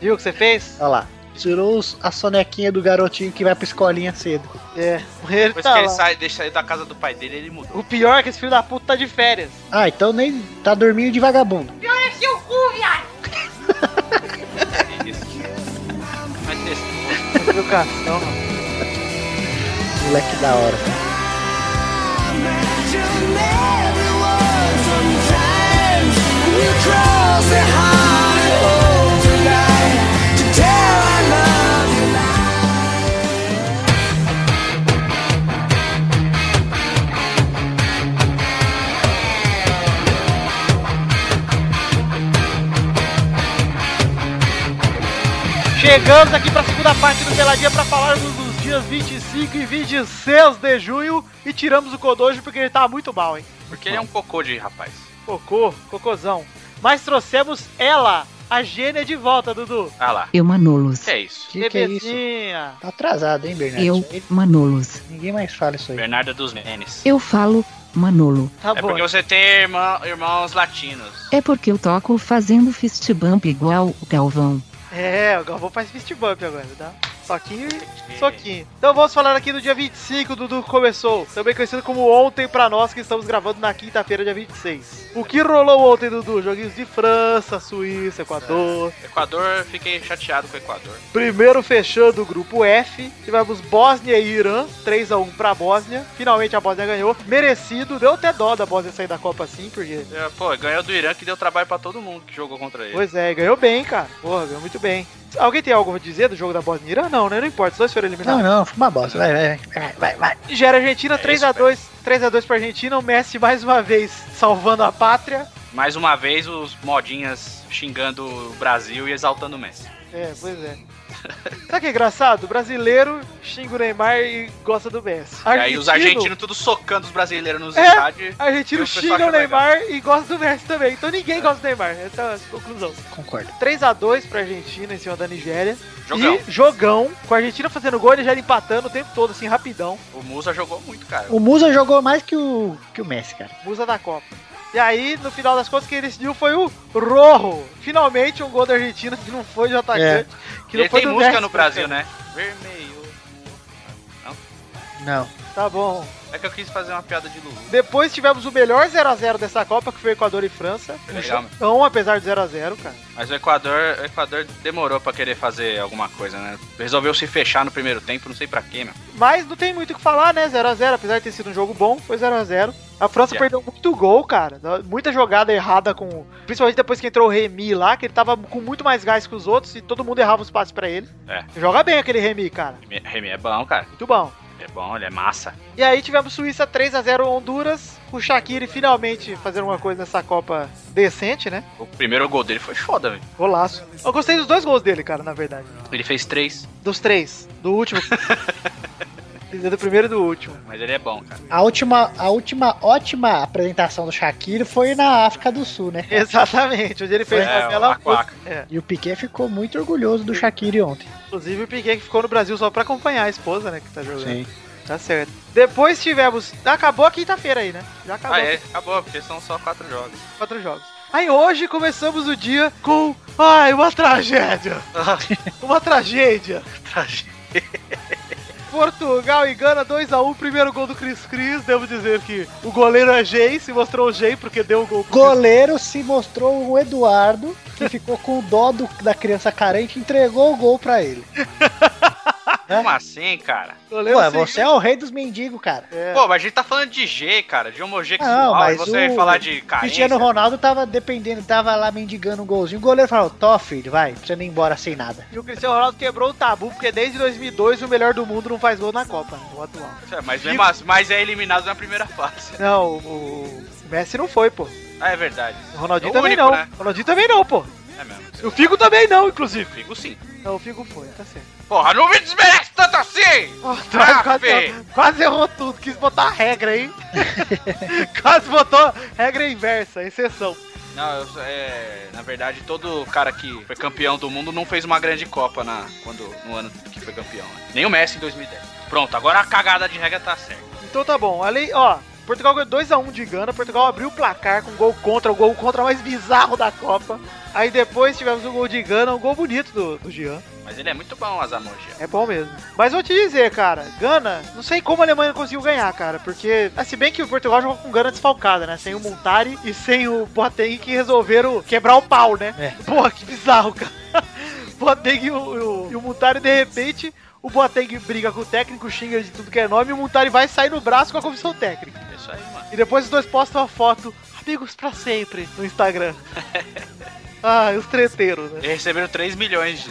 Speaker 3: Viu o que você fez?
Speaker 5: Olha lá. Tirou os- a sonequinha do garotinho que vai pra escolinha cedo.
Speaker 3: É, ele
Speaker 4: Depois
Speaker 3: tá
Speaker 4: que ele
Speaker 3: lá.
Speaker 4: sai, deixa ele da casa do pai dele, ele
Speaker 3: [LAUGHS]
Speaker 4: mudou.
Speaker 3: O pior é que esse filho da puta tá de férias.
Speaker 5: Ah, então nem tá dormindo de vagabundo.
Speaker 8: Pior é seu cu, viado.
Speaker 4: Isso. Mas esse-
Speaker 3: Educação.
Speaker 5: Moleque da hora.
Speaker 3: Chegamos aqui para a segunda parte do Peladinha para falarmos dos dias 25 e 26 de junho e tiramos o Kodojo porque ele tava muito mal, hein?
Speaker 4: Porque ele é um cocô de rapaz.
Speaker 3: Cocô, cocôzão. Mas trouxemos ela, a gênia de volta, Dudu.
Speaker 4: Ah lá.
Speaker 9: Eu, Manolos.
Speaker 4: Que é isso.
Speaker 5: Que que é isso?
Speaker 3: Bebezinha.
Speaker 5: Tá atrasado, hein, Bernardo?
Speaker 9: Eu,
Speaker 5: Isso aí,
Speaker 9: Manolos.
Speaker 5: Ninguém mais fala isso aí.
Speaker 4: Bernarda dos Menes.
Speaker 9: Eu falo Manolo.
Speaker 3: Tá
Speaker 4: É
Speaker 3: bom.
Speaker 4: porque você tem irmã- irmãos latinos.
Speaker 9: É porque eu toco fazendo fist bump igual o Galvão.
Speaker 3: É, o Galvão faz fist bump agora, tá? Soquinho
Speaker 4: É.
Speaker 3: e soquinho. Então vamos falar aqui do dia 25, Dudu começou. Também conhecido como ontem pra nós, que estamos gravando na quinta-feira, dia 26. O que rolou ontem, Dudu? Joguinhos de França, Suíça, Equador.
Speaker 4: Equador, fiquei chateado com o Equador.
Speaker 3: Primeiro fechando o grupo F. Tivemos Bósnia e Irã, 3x1 pra Bósnia. Finalmente a Bósnia ganhou. Merecido. Deu até dó da Bósnia sair da Copa assim, porque
Speaker 4: É, Pô, ganhou do Irã que deu trabalho pra todo mundo que jogou contra ele.
Speaker 3: Pois é, ganhou bem, cara. Porra, ganhou muito bem. Alguém tem algo a dizer do jogo da Bosnia e Irã? Não, né? Não importa, os dois foram
Speaker 5: Não,
Speaker 3: eliminados.
Speaker 5: não, foi uma bosta. Vai, vai, vai, vai, vai.
Speaker 3: Nigéria e Argentina,
Speaker 4: É
Speaker 3: 3x2. 3x2 pra Argentina. O Messi mais uma vez salvando a pátria.
Speaker 4: Mais uma vez, os modinhas xingando o Brasil e exaltando o Messi.
Speaker 3: É, pois
Speaker 4: [LAUGHS]
Speaker 3: é. Sabe que é engraçado? Brasileiro xinga o Neymar e gosta do Messi.
Speaker 4: E aí os argentinos tudo socando os brasileiros nos
Speaker 3: É.
Speaker 4: estádios.
Speaker 3: Argentino
Speaker 4: E o pessoal
Speaker 3: xinga o
Speaker 4: acha
Speaker 3: Neymar e gosta do Messi também. Então ninguém gosta do Neymar. Essa é a conclusão.
Speaker 5: Concordo.
Speaker 3: 3x2 pra Argentina em cima da Nigéria.
Speaker 4: Jogão.
Speaker 3: E jogão. Com a Argentina fazendo gol, ele já empatando o tempo todo, assim, rapidão.
Speaker 4: O Musa jogou muito, cara.
Speaker 5: O Musa jogou mais que o, que o Messi, cara.
Speaker 3: musa da Copa. E aí, no final das contas, quem decidiu foi o Rojo. Finalmente, um gol da Argentina que não foi de atacante. Que não
Speaker 4: Ele
Speaker 3: foi
Speaker 4: tem
Speaker 3: do
Speaker 4: música
Speaker 3: Messi,
Speaker 4: no Brasil, né? Vermelho.
Speaker 5: Não.
Speaker 3: Tá bom.
Speaker 4: É que eu quis fazer uma piada de Lulu.
Speaker 3: Depois tivemos o melhor 0x0 dessa Copa, que foi Equador e França.
Speaker 4: Foi legal, mano.
Speaker 3: Então, apesar do 0x0, cara.
Speaker 4: tá Mas o Equador, o Equador demorou pra querer fazer alguma coisa, né? Resolveu se fechar no primeiro tempo, não sei pra quê, meu.
Speaker 3: Mas não tem muito o que falar, né? 0x0, apesar de ter sido um jogo bom, foi 0x0. A França
Speaker 4: Yeah.
Speaker 3: perdeu muito gol, cara. Muita jogada errada com. Principalmente depois que entrou o Remy lá, que ele tava com muito mais gás que os outros e todo mundo errava os passes pra ele.
Speaker 4: É.
Speaker 3: Joga bem aquele Remy, cara.
Speaker 4: Remy- Remy é bom, cara.
Speaker 3: Muito bom.
Speaker 4: Ele é bom, ele é massa.
Speaker 3: E aí tivemos Suíça 3 a 0 Honduras, o Shaqiri finalmente fazendo é uma coisa nessa Copa decente, né?
Speaker 4: O primeiro gol dele foi foda, velho.
Speaker 3: Golaço. Eu gostei dos dois gols dele, cara, na verdade.
Speaker 4: Ele fez três,
Speaker 3: Dos três, do
Speaker 4: [LAUGHS]
Speaker 3: último. do primeiro e do último.
Speaker 4: mas ele é bom, cara.
Speaker 5: A última, a última ótima apresentação do Shaqiri foi na África do Sul, né?
Speaker 3: Exatamente, onde ele fez
Speaker 4: É,
Speaker 3: uma
Speaker 4: o
Speaker 3: bela
Speaker 4: Macuaca.
Speaker 3: É.
Speaker 5: E o Piquet ficou muito orgulhoso do Shaqiri ontem.
Speaker 3: Inclusive o Piquet que ficou no Brasil só pra acompanhar a esposa, né, que tá jogando. Tá certo. Depois tivemos... Acabou a quinta-feira aí, né? Já acabou
Speaker 4: Ah,
Speaker 3: a
Speaker 4: é, acabou, porque são só quatro jogos.
Speaker 3: quatro jogos. Aí hoje começamos o dia com. Ai, uma
Speaker 4: [LAUGHS]
Speaker 3: tragédia! uma tragédia! Portugal e Gana 2x1, primeiro gol do Cris Cris. Devo dizer que o goleiro é Gei, se mostrou o Gei porque deu o gol. pro Cris.
Speaker 5: Goleiro se mostrou o Eduardo,
Speaker 3: [LAUGHS]
Speaker 5: que ficou com dó do- da criança carente e entregou o gol pra ele. É?
Speaker 4: Como assim, cara?
Speaker 3: Goleiro
Speaker 5: Ué,
Speaker 3: sim.
Speaker 5: você é o rei dos mendigos, cara.
Speaker 3: É.
Speaker 4: Pô, mas a gente tá falando de G, cara, de homossexual,
Speaker 5: Não, mas
Speaker 4: e você
Speaker 5: o
Speaker 4: falar de carência.
Speaker 3: é.
Speaker 5: Cristiano Ronaldo tava dependendo, tava lá mendigando um golzinho. O goleiro falou: Tó, filho, vai, pra você não ir embora sem nada.
Speaker 3: E o Cristiano Ronaldo quebrou o tabu, porque desde 2002 o melhor do mundo não faz gol na Copa, né? o atual.
Speaker 4: É, mas, mesmo assim- mas é eliminado na primeira fase. [LAUGHS]
Speaker 3: Não, o o Messi não foi, pô. O
Speaker 4: Ah, é verdade.
Speaker 3: Ronaldinho
Speaker 4: É o
Speaker 3: também não.
Speaker 4: único, né?
Speaker 3: O Ronaldinho também não, pô.
Speaker 4: É mesmo.
Speaker 3: O Figo também não, inclusive.
Speaker 4: Fico sim.
Speaker 3: Não, o Figo foi, tá [LAUGHS] certo.
Speaker 4: Porra, não me desmerece tanto assim!
Speaker 3: Ó, tá,
Speaker 4: Ah,
Speaker 3: quase,
Speaker 4: Fê.
Speaker 3: quase errou tudo, quis botar a regra [LAUGHS] aí. quase botou regra inversa, exceção.
Speaker 4: Não, eu- é, na verdade, todo cara que foi campeão do mundo não fez uma grande Copa na, quando, no ano que foi campeão. né? Nem o Messi em 2010. Pronto, agora a cagada de regra tá certa.
Speaker 3: Então tá bom, ali, ó. Portugal ganhou 2x1 de Gana, Portugal abriu o placar com gol contra, o gol contra mais bizarro da Copa. Aí depois tivemos o gol de Gana, um gol bonito do, do Jean.
Speaker 4: Mas ele é muito bom, Azamogia.
Speaker 3: É bom mesmo. Mas vou te dizer, cara, Gana, não sei como a Alemanha não conseguiu ganhar, cara, porque, ah, se bem que o Portugal jogou com Gana desfalcada, né? Sem o Montari e sem o Boateng que resolveram quebrar o pau, né?
Speaker 5: É.
Speaker 3: Porra, que bizarro, cara. [LAUGHS] Boateng e o, o, e o Montari, de repente, o Boateng briga com o técnico, xinga ele de tudo que é nome, e o Montari vai sair no braço com a comissão técnica.
Speaker 4: Isso aí, mano.
Speaker 3: E depois os dois postam a foto, amigos pra sempre, no
Speaker 4: [LAUGHS]
Speaker 3: Instagram. ah, os treteiros, né?
Speaker 4: Eles receberam 3 milhões de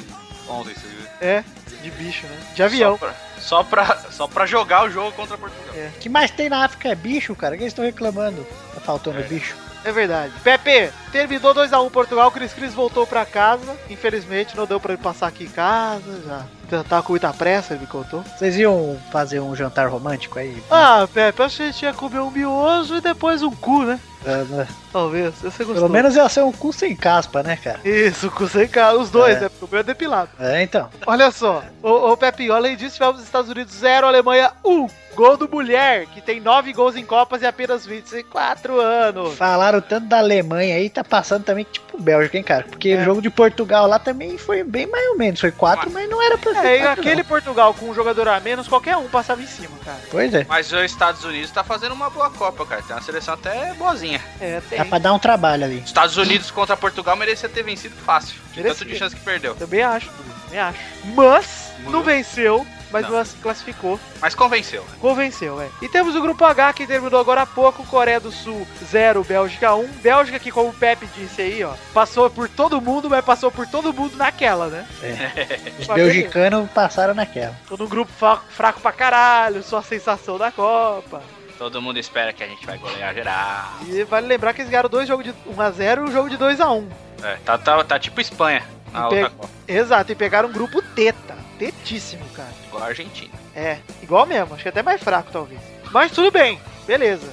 Speaker 4: ontem, você viu?
Speaker 3: É, de bicho, né? De avião.
Speaker 4: Só pra, só pra, só pra jogar o jogo contra Portugal.
Speaker 5: O que mais tem na África é bicho, cara. Quem estão reclamando? Tá faltando bicho.
Speaker 3: É verdade. Pepe, Terminou 2x1 Portugal, Cris Cris voltou pra casa. Infelizmente não deu pra ele passar aqui em casa, já. já Tava com muita pressa, ele me contou.
Speaker 5: Vocês iam fazer um jantar romântico aí?
Speaker 3: Ah, Pepe, acho que a gente ia comer um miojo e depois um cu, né?
Speaker 5: Ah,
Speaker 3: Talvez. Você gostou.
Speaker 5: Pelo menos ia ser um cu sem caspa, né, cara?
Speaker 3: Isso, cu sem cara. Os dois,
Speaker 5: É.
Speaker 3: né? Porque o meu é depilado.
Speaker 5: É, então.
Speaker 3: Olha só, ô ô, Pepinho, além disso, tivemos Estados Unidos 0, Alemanha 1. Gol do Mulher, que tem 9 gols em Copas e apenas 24 anos.
Speaker 5: Falaram tanto da Alemanha aí, tá passando também que tipo Bélgica, hein, cara? Porque
Speaker 3: É.
Speaker 5: o jogo de Portugal lá também foi bem mais ou menos. Foi quatro, mas não era pra ser.
Speaker 3: É, e
Speaker 5: quatro,
Speaker 3: aquele
Speaker 5: não.
Speaker 3: Portugal com um jogador a menos, qualquer um passava em cima, cara.
Speaker 5: Pois é.
Speaker 4: Mas os Estados Unidos tá fazendo uma boa Copa, cara. Tem uma seleção até boazinha.
Speaker 3: É, tem.
Speaker 5: Dá pra dar um trabalho ali.
Speaker 4: Estados Unidos contra Portugal merecia ter vencido fácil. De
Speaker 3: Merecia.
Speaker 4: tanto de chance que perdeu.
Speaker 3: Também acho, Bruno, também acho. Mas, não
Speaker 4: Mano.
Speaker 3: venceu, mas
Speaker 4: Não.
Speaker 3: não se classificou.
Speaker 4: Mas convenceu.
Speaker 3: Convenceu, é. E temos o grupo H que terminou agora há pouco, Coreia do Sul 0, Bélgica 1. Bélgica que, como o Pepe disse aí, ó, passou por todo mundo, mas passou por todo mundo naquela, né?
Speaker 5: Os
Speaker 3: Mas beleza.
Speaker 5: belgicanos passaram naquela.
Speaker 3: Tô num grupo fa- fraco pra caralho, só a sensação da Copa.
Speaker 4: Todo mundo espera que a gente vai golear geral.
Speaker 3: E vale lembrar que eles ganharam dois jogos de 1x0 e um jogo de 2x1.
Speaker 4: É, tá, tá, tá tipo Espanha na
Speaker 3: Pe-
Speaker 4: outra Copa.
Speaker 3: Exato, e pegaram um grupo teta. Tetíssimo, cara.
Speaker 4: Igual a Argentina.
Speaker 3: É, igual mesmo, acho que até mais fraco, talvez. Mas tudo bem, beleza.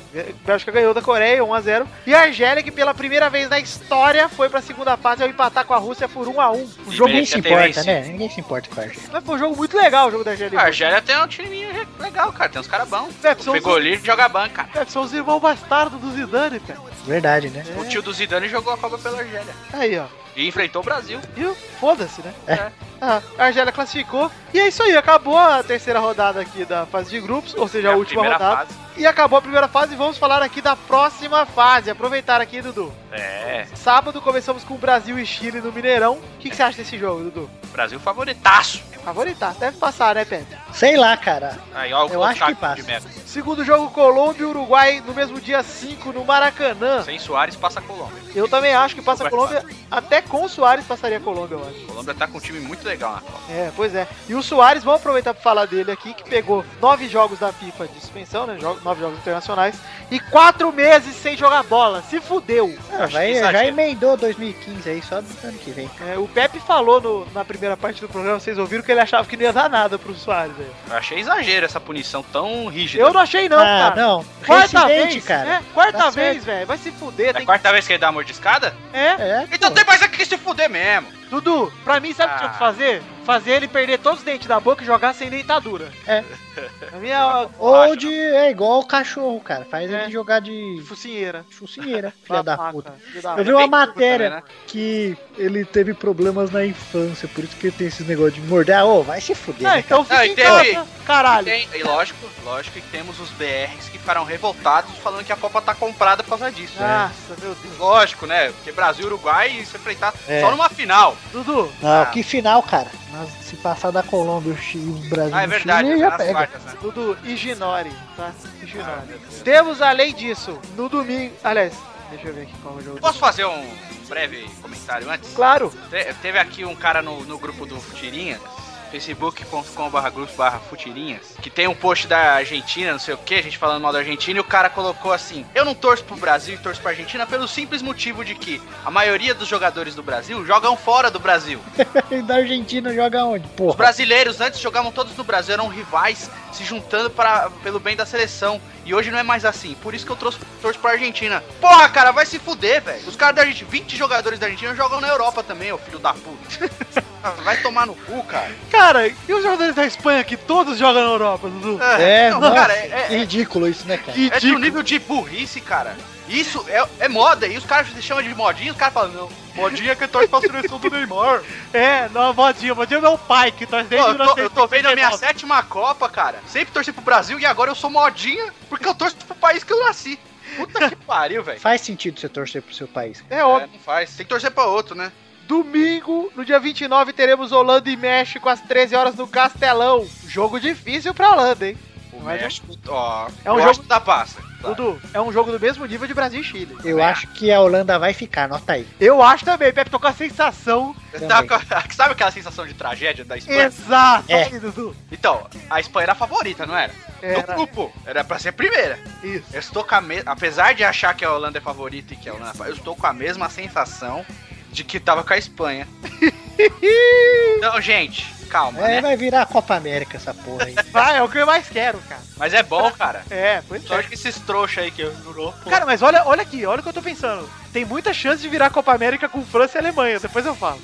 Speaker 3: Bélgica ganhou da Coreia, 1x0. E a Argélia, que pela primeira vez na história foi pra segunda fase ao empatar com a Rússia por 1x1.
Speaker 5: O jogo
Speaker 4: merecia
Speaker 5: ninguém se
Speaker 4: ter
Speaker 5: importa,
Speaker 4: vencido.
Speaker 5: né? Ninguém se importa com a Argentina.
Speaker 3: Mas foi um jogo muito legal o jogo da Argélia. e
Speaker 4: A
Speaker 3: Rússia.
Speaker 4: Argélia tem um timinho legal, cara. Tem uns caras bons.
Speaker 3: Pepe,
Speaker 4: O
Speaker 3: É, são os-
Speaker 4: Fegoli joga banco, cara.
Speaker 3: Pepe, são os irmãos bastardos do Zidane, cara.
Speaker 5: Verdade, né?
Speaker 3: É.
Speaker 4: O tio do Zidane jogou a Copa pela Argélia.
Speaker 3: Aí, ó.
Speaker 4: E enfrentou o Brasil.
Speaker 3: Viu? Foda-se, né?
Speaker 5: É.
Speaker 3: Ah, a Argélia classificou. E é isso aí, acabou a terceira rodada aqui da fase de grupos, ou seja, a
Speaker 4: na
Speaker 3: última
Speaker 4: É primeira
Speaker 3: rodada.
Speaker 4: fase.
Speaker 3: E acabou a primeira fase, vamos falar aqui da próxima fase. Aproveitar aqui, Dudu.
Speaker 4: É,
Speaker 3: Sábado começamos com Brasil e Chile no Mineirão. O que, que você acha desse jogo, Dudu?
Speaker 4: Brasil favoritaço.
Speaker 3: Favoritaço, deve passar, né, Pepe?
Speaker 5: Sei lá, cara.
Speaker 4: Aí, ó, o
Speaker 5: Eu
Speaker 4: outro
Speaker 5: acho que
Speaker 4: saco
Speaker 5: passa.
Speaker 4: de merda.
Speaker 3: Segundo jogo, Colômbia e Uruguai no mesmo dia 5 no Maracanã.
Speaker 4: Sem Soares, passa a Colômbia.
Speaker 3: Eu também acho que passa a Colômbia, até com o Soares passaria a Colômbia, eu acho.
Speaker 4: A Colômbia tá com um time muito legal na Copa.
Speaker 3: É, pois é. E o Soares, vamos aproveitar pra falar dele aqui, que pegou nove jogos da FIFA de suspensão, né? Jogo- nove jogos internacionais, e quatro meses sem jogar bola. Se fudeu.
Speaker 5: Ah,
Speaker 4: acho
Speaker 5: vai,
Speaker 4: que
Speaker 5: já
Speaker 4: exagero.
Speaker 5: emendou 2015 aí, só do ano que vem.
Speaker 3: É, o Pepe falou no- na primeira parte do programa, vocês ouviram, que ele achava que não ia dar nada pro Soares. velho.
Speaker 4: Eu achei exagero essa punição tão rígida.
Speaker 3: Eu não achei, não,
Speaker 5: ah,
Speaker 3: cara.
Speaker 5: não.
Speaker 3: tá. Quarta
Speaker 5: Recidente,
Speaker 3: vez,
Speaker 5: cara.
Speaker 3: É, quarta
Speaker 5: Tá
Speaker 3: vez, velho. Vai se fuder.
Speaker 4: É a
Speaker 3: Tem...
Speaker 4: quarta vez que ele dá a mordiscada?
Speaker 3: É.
Speaker 5: É,
Speaker 4: Então
Speaker 5: pô.
Speaker 4: tem mais aqui que se fuder mesmo.
Speaker 3: Dudu, pra mim, sabe o que tinha que
Speaker 4: Ah.
Speaker 3: fazer? Fazer ele perder todos os dentes da boca e jogar sem dentadura.
Speaker 5: É.
Speaker 3: A minha
Speaker 5: Ou
Speaker 4: acho,
Speaker 5: de. É igual o cachorro, cara. Faz
Speaker 3: É.
Speaker 5: ele jogar de
Speaker 3: focinheira.
Speaker 4: [LAUGHS]
Speaker 5: focinheira, filha da
Speaker 3: Babaca,
Speaker 5: puta.
Speaker 3: filho da
Speaker 5: Eu
Speaker 3: puta.
Speaker 5: vi uma
Speaker 4: bem puta,
Speaker 5: matéria
Speaker 4: né?
Speaker 5: que ele teve problemas na infância, por isso que ele tem esse negócio de morder. Ah, ô, vai se fuder.
Speaker 3: Ah,
Speaker 5: né,
Speaker 3: então fica
Speaker 4: Ah,
Speaker 3: em
Speaker 4: e teve-
Speaker 3: casa, caralho.
Speaker 4: Tem- e lógico, lógico que temos os BRs que ficaram revoltados falando que a Copa tá comprada por causa disso.
Speaker 5: Ah.
Speaker 3: Nossa, meu Deus.
Speaker 4: Lógico, né? Porque Brasil e Uruguai se enfrentar
Speaker 5: É.
Speaker 4: só numa final.
Speaker 3: Dudu,
Speaker 5: Ah, que final, cara. Mas se passar da Colômbia, o Chile, o Brasil,
Speaker 4: Ah, é
Speaker 5: o
Speaker 4: verdade,
Speaker 5: Chile,
Speaker 4: tá
Speaker 5: já
Speaker 4: nas
Speaker 5: pega.
Speaker 4: quartas, né? Ah,
Speaker 3: Dudu, ignore, tá? Ignore.
Speaker 4: meu Deus.
Speaker 3: Temos, além disso, no domingo... Aliás, deixa eu ver aqui qual é o
Speaker 4: [LAUGHS]
Speaker 3: jogo.
Speaker 4: Posso fazer um breve comentário antes?
Speaker 3: Claro.
Speaker 4: Te- teve aqui um cara no, no grupo do Futirinhas, facebook.com.br grupo barra Futirinhas, que tem um post da Argentina, não sei o que, a gente falando mal da Argentina, e o cara colocou assim, eu não torço pro Brasil e torço pra Argentina pelo simples motivo de que a maioria dos jogadores do Brasil jogam fora do Brasil.
Speaker 5: [LAUGHS] E da Argentina joga onde?
Speaker 4: Os
Speaker 5: Porra.
Speaker 4: brasileiros antes jogavam todos no Brasil, eram rivais, se juntando para pelo bem da seleção. E hoje não é mais assim. Por isso que eu trouxe, torço pra Argentina. Porra, cara, vai se fuder, velho. Os caras da Argentina, 20 jogadores da Argentina jogam na Europa também, ô filho da puta. [LAUGHS] vai tomar no cu, cara.
Speaker 3: Cara, e os jogadores da Espanha que todos jogam na Europa, Dudu?
Speaker 5: É,
Speaker 4: [LAUGHS] não,
Speaker 5: nossa,
Speaker 4: cara, é,
Speaker 5: é
Speaker 4: é,
Speaker 5: ridículo isso, né, cara?
Speaker 4: é de um nível de burrice, cara. Isso é, é moda, e os caras se chamam de modinha, os caras falam, não, modinha que torce pra seleção do Neymar.
Speaker 3: É, não, modinha. Modinha é meu pai, que tá desde
Speaker 4: Ó, eu, tô, eu tô vendo a minha
Speaker 3: 1969.
Speaker 4: sétima Copa, cara. Sempre torci pro Brasil e agora eu sou modinha porque eu torço pro país que eu nasci.
Speaker 3: [LAUGHS]
Speaker 4: Puta que pariu, velho.
Speaker 5: Faz sentido você torcer pro seu país, cara.
Speaker 3: É óbvio.
Speaker 4: É, não faz. Tem que torcer pra outro, né?
Speaker 3: Domingo, no dia 29, teremos Holanda e México às 13 horas no Castelão. Jogo difícil pra Holanda, hein?
Speaker 4: O
Speaker 3: Mas
Speaker 4: México, ó.
Speaker 3: É um
Speaker 4: eu
Speaker 3: jogo-
Speaker 4: acho que dá passa.
Speaker 3: Dudu, é um jogo do mesmo nível de Brasil e Chile.
Speaker 5: Eu
Speaker 4: É.
Speaker 5: acho que a Holanda vai ficar, anota aí.
Speaker 3: Eu acho também, Pepe, tô com a sensação.
Speaker 4: Tá com a- Sabe aquela sensação de tragédia da Espanha?
Speaker 3: Exato,
Speaker 5: É.
Speaker 3: aí, Dudu. É.
Speaker 4: Então, a Espanha era a favorita, não era?
Speaker 3: Era.
Speaker 4: No grupo, era pra ser a primeira.
Speaker 3: Isso.
Speaker 4: Eu estou com a me... Apesar de achar que a Holanda é favorita e que a Holanda é favorita, eu estou com a mesma sensação de que tava com
Speaker 3: [LAUGHS]
Speaker 4: a Espanha. então, gente, calma,
Speaker 5: É,
Speaker 4: né?
Speaker 5: vai virar a Copa América essa porra aí.
Speaker 3: Vai, é o que eu mais quero, cara.
Speaker 4: Mas é bom, cara.
Speaker 3: É, pois
Speaker 4: Sorte que esses trouxas aí que durou.
Speaker 3: é. Cara, mas olha, olha aqui, olha o que eu tô pensando. Tem muita chance de virar Copa América com França e Alemanha, depois eu [LAUGHS] falo.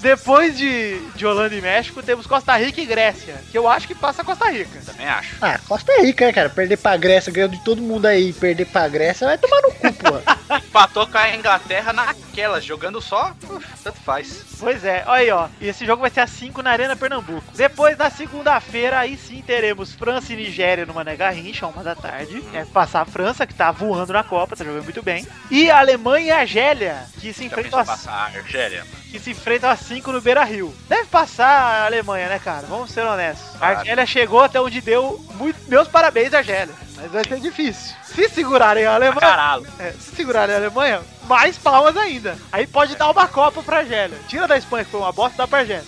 Speaker 3: depois de, de Holanda e México, temos Costa Rica e Grécia, que eu acho que passa Costa Rica.
Speaker 4: também acho.
Speaker 5: Ah, Costa Rica, né, cara? Perder pra Grécia, ganhando de todo mundo aí, perder pra Grécia, vai tomar no cu,
Speaker 3: [LAUGHS]
Speaker 5: porra.
Speaker 4: Empatou com a Inglaterra naquelas, jogando só, uf, tanto faz.
Speaker 3: Pois é, olha aí, ó. E esse jogo vai ser às 5 na Arena Pernambuco. Depois, na segunda-feira, aí sim teremos França e Nigéria no Mané Garrincha, uma da tarde. É passar a França, que tá voando na Copa, tá jogando muito bem. E a Alemanha e a Argélia, que se
Speaker 4: Já
Speaker 3: enfrentam
Speaker 4: pensou
Speaker 3: às
Speaker 4: passar a Argélia?
Speaker 3: que se enfrentam a 5 no Beira Rio. Deve passar a Alemanha, né, cara? Vamos ser honestos. A
Speaker 4: Claro.
Speaker 3: Argélia chegou até onde deu. Muito... Meus parabéns, Argélia. Mas vai ser difícil. Se segurarem a
Speaker 4: Pra
Speaker 3: Alemanha.
Speaker 4: Caralho.
Speaker 3: é, se segurarem a Alemanha, mais palmas ainda. Aí pode dar uma Copa pra Argélia. Tira da Espanha, que foi uma bosta, dá pra Argélia.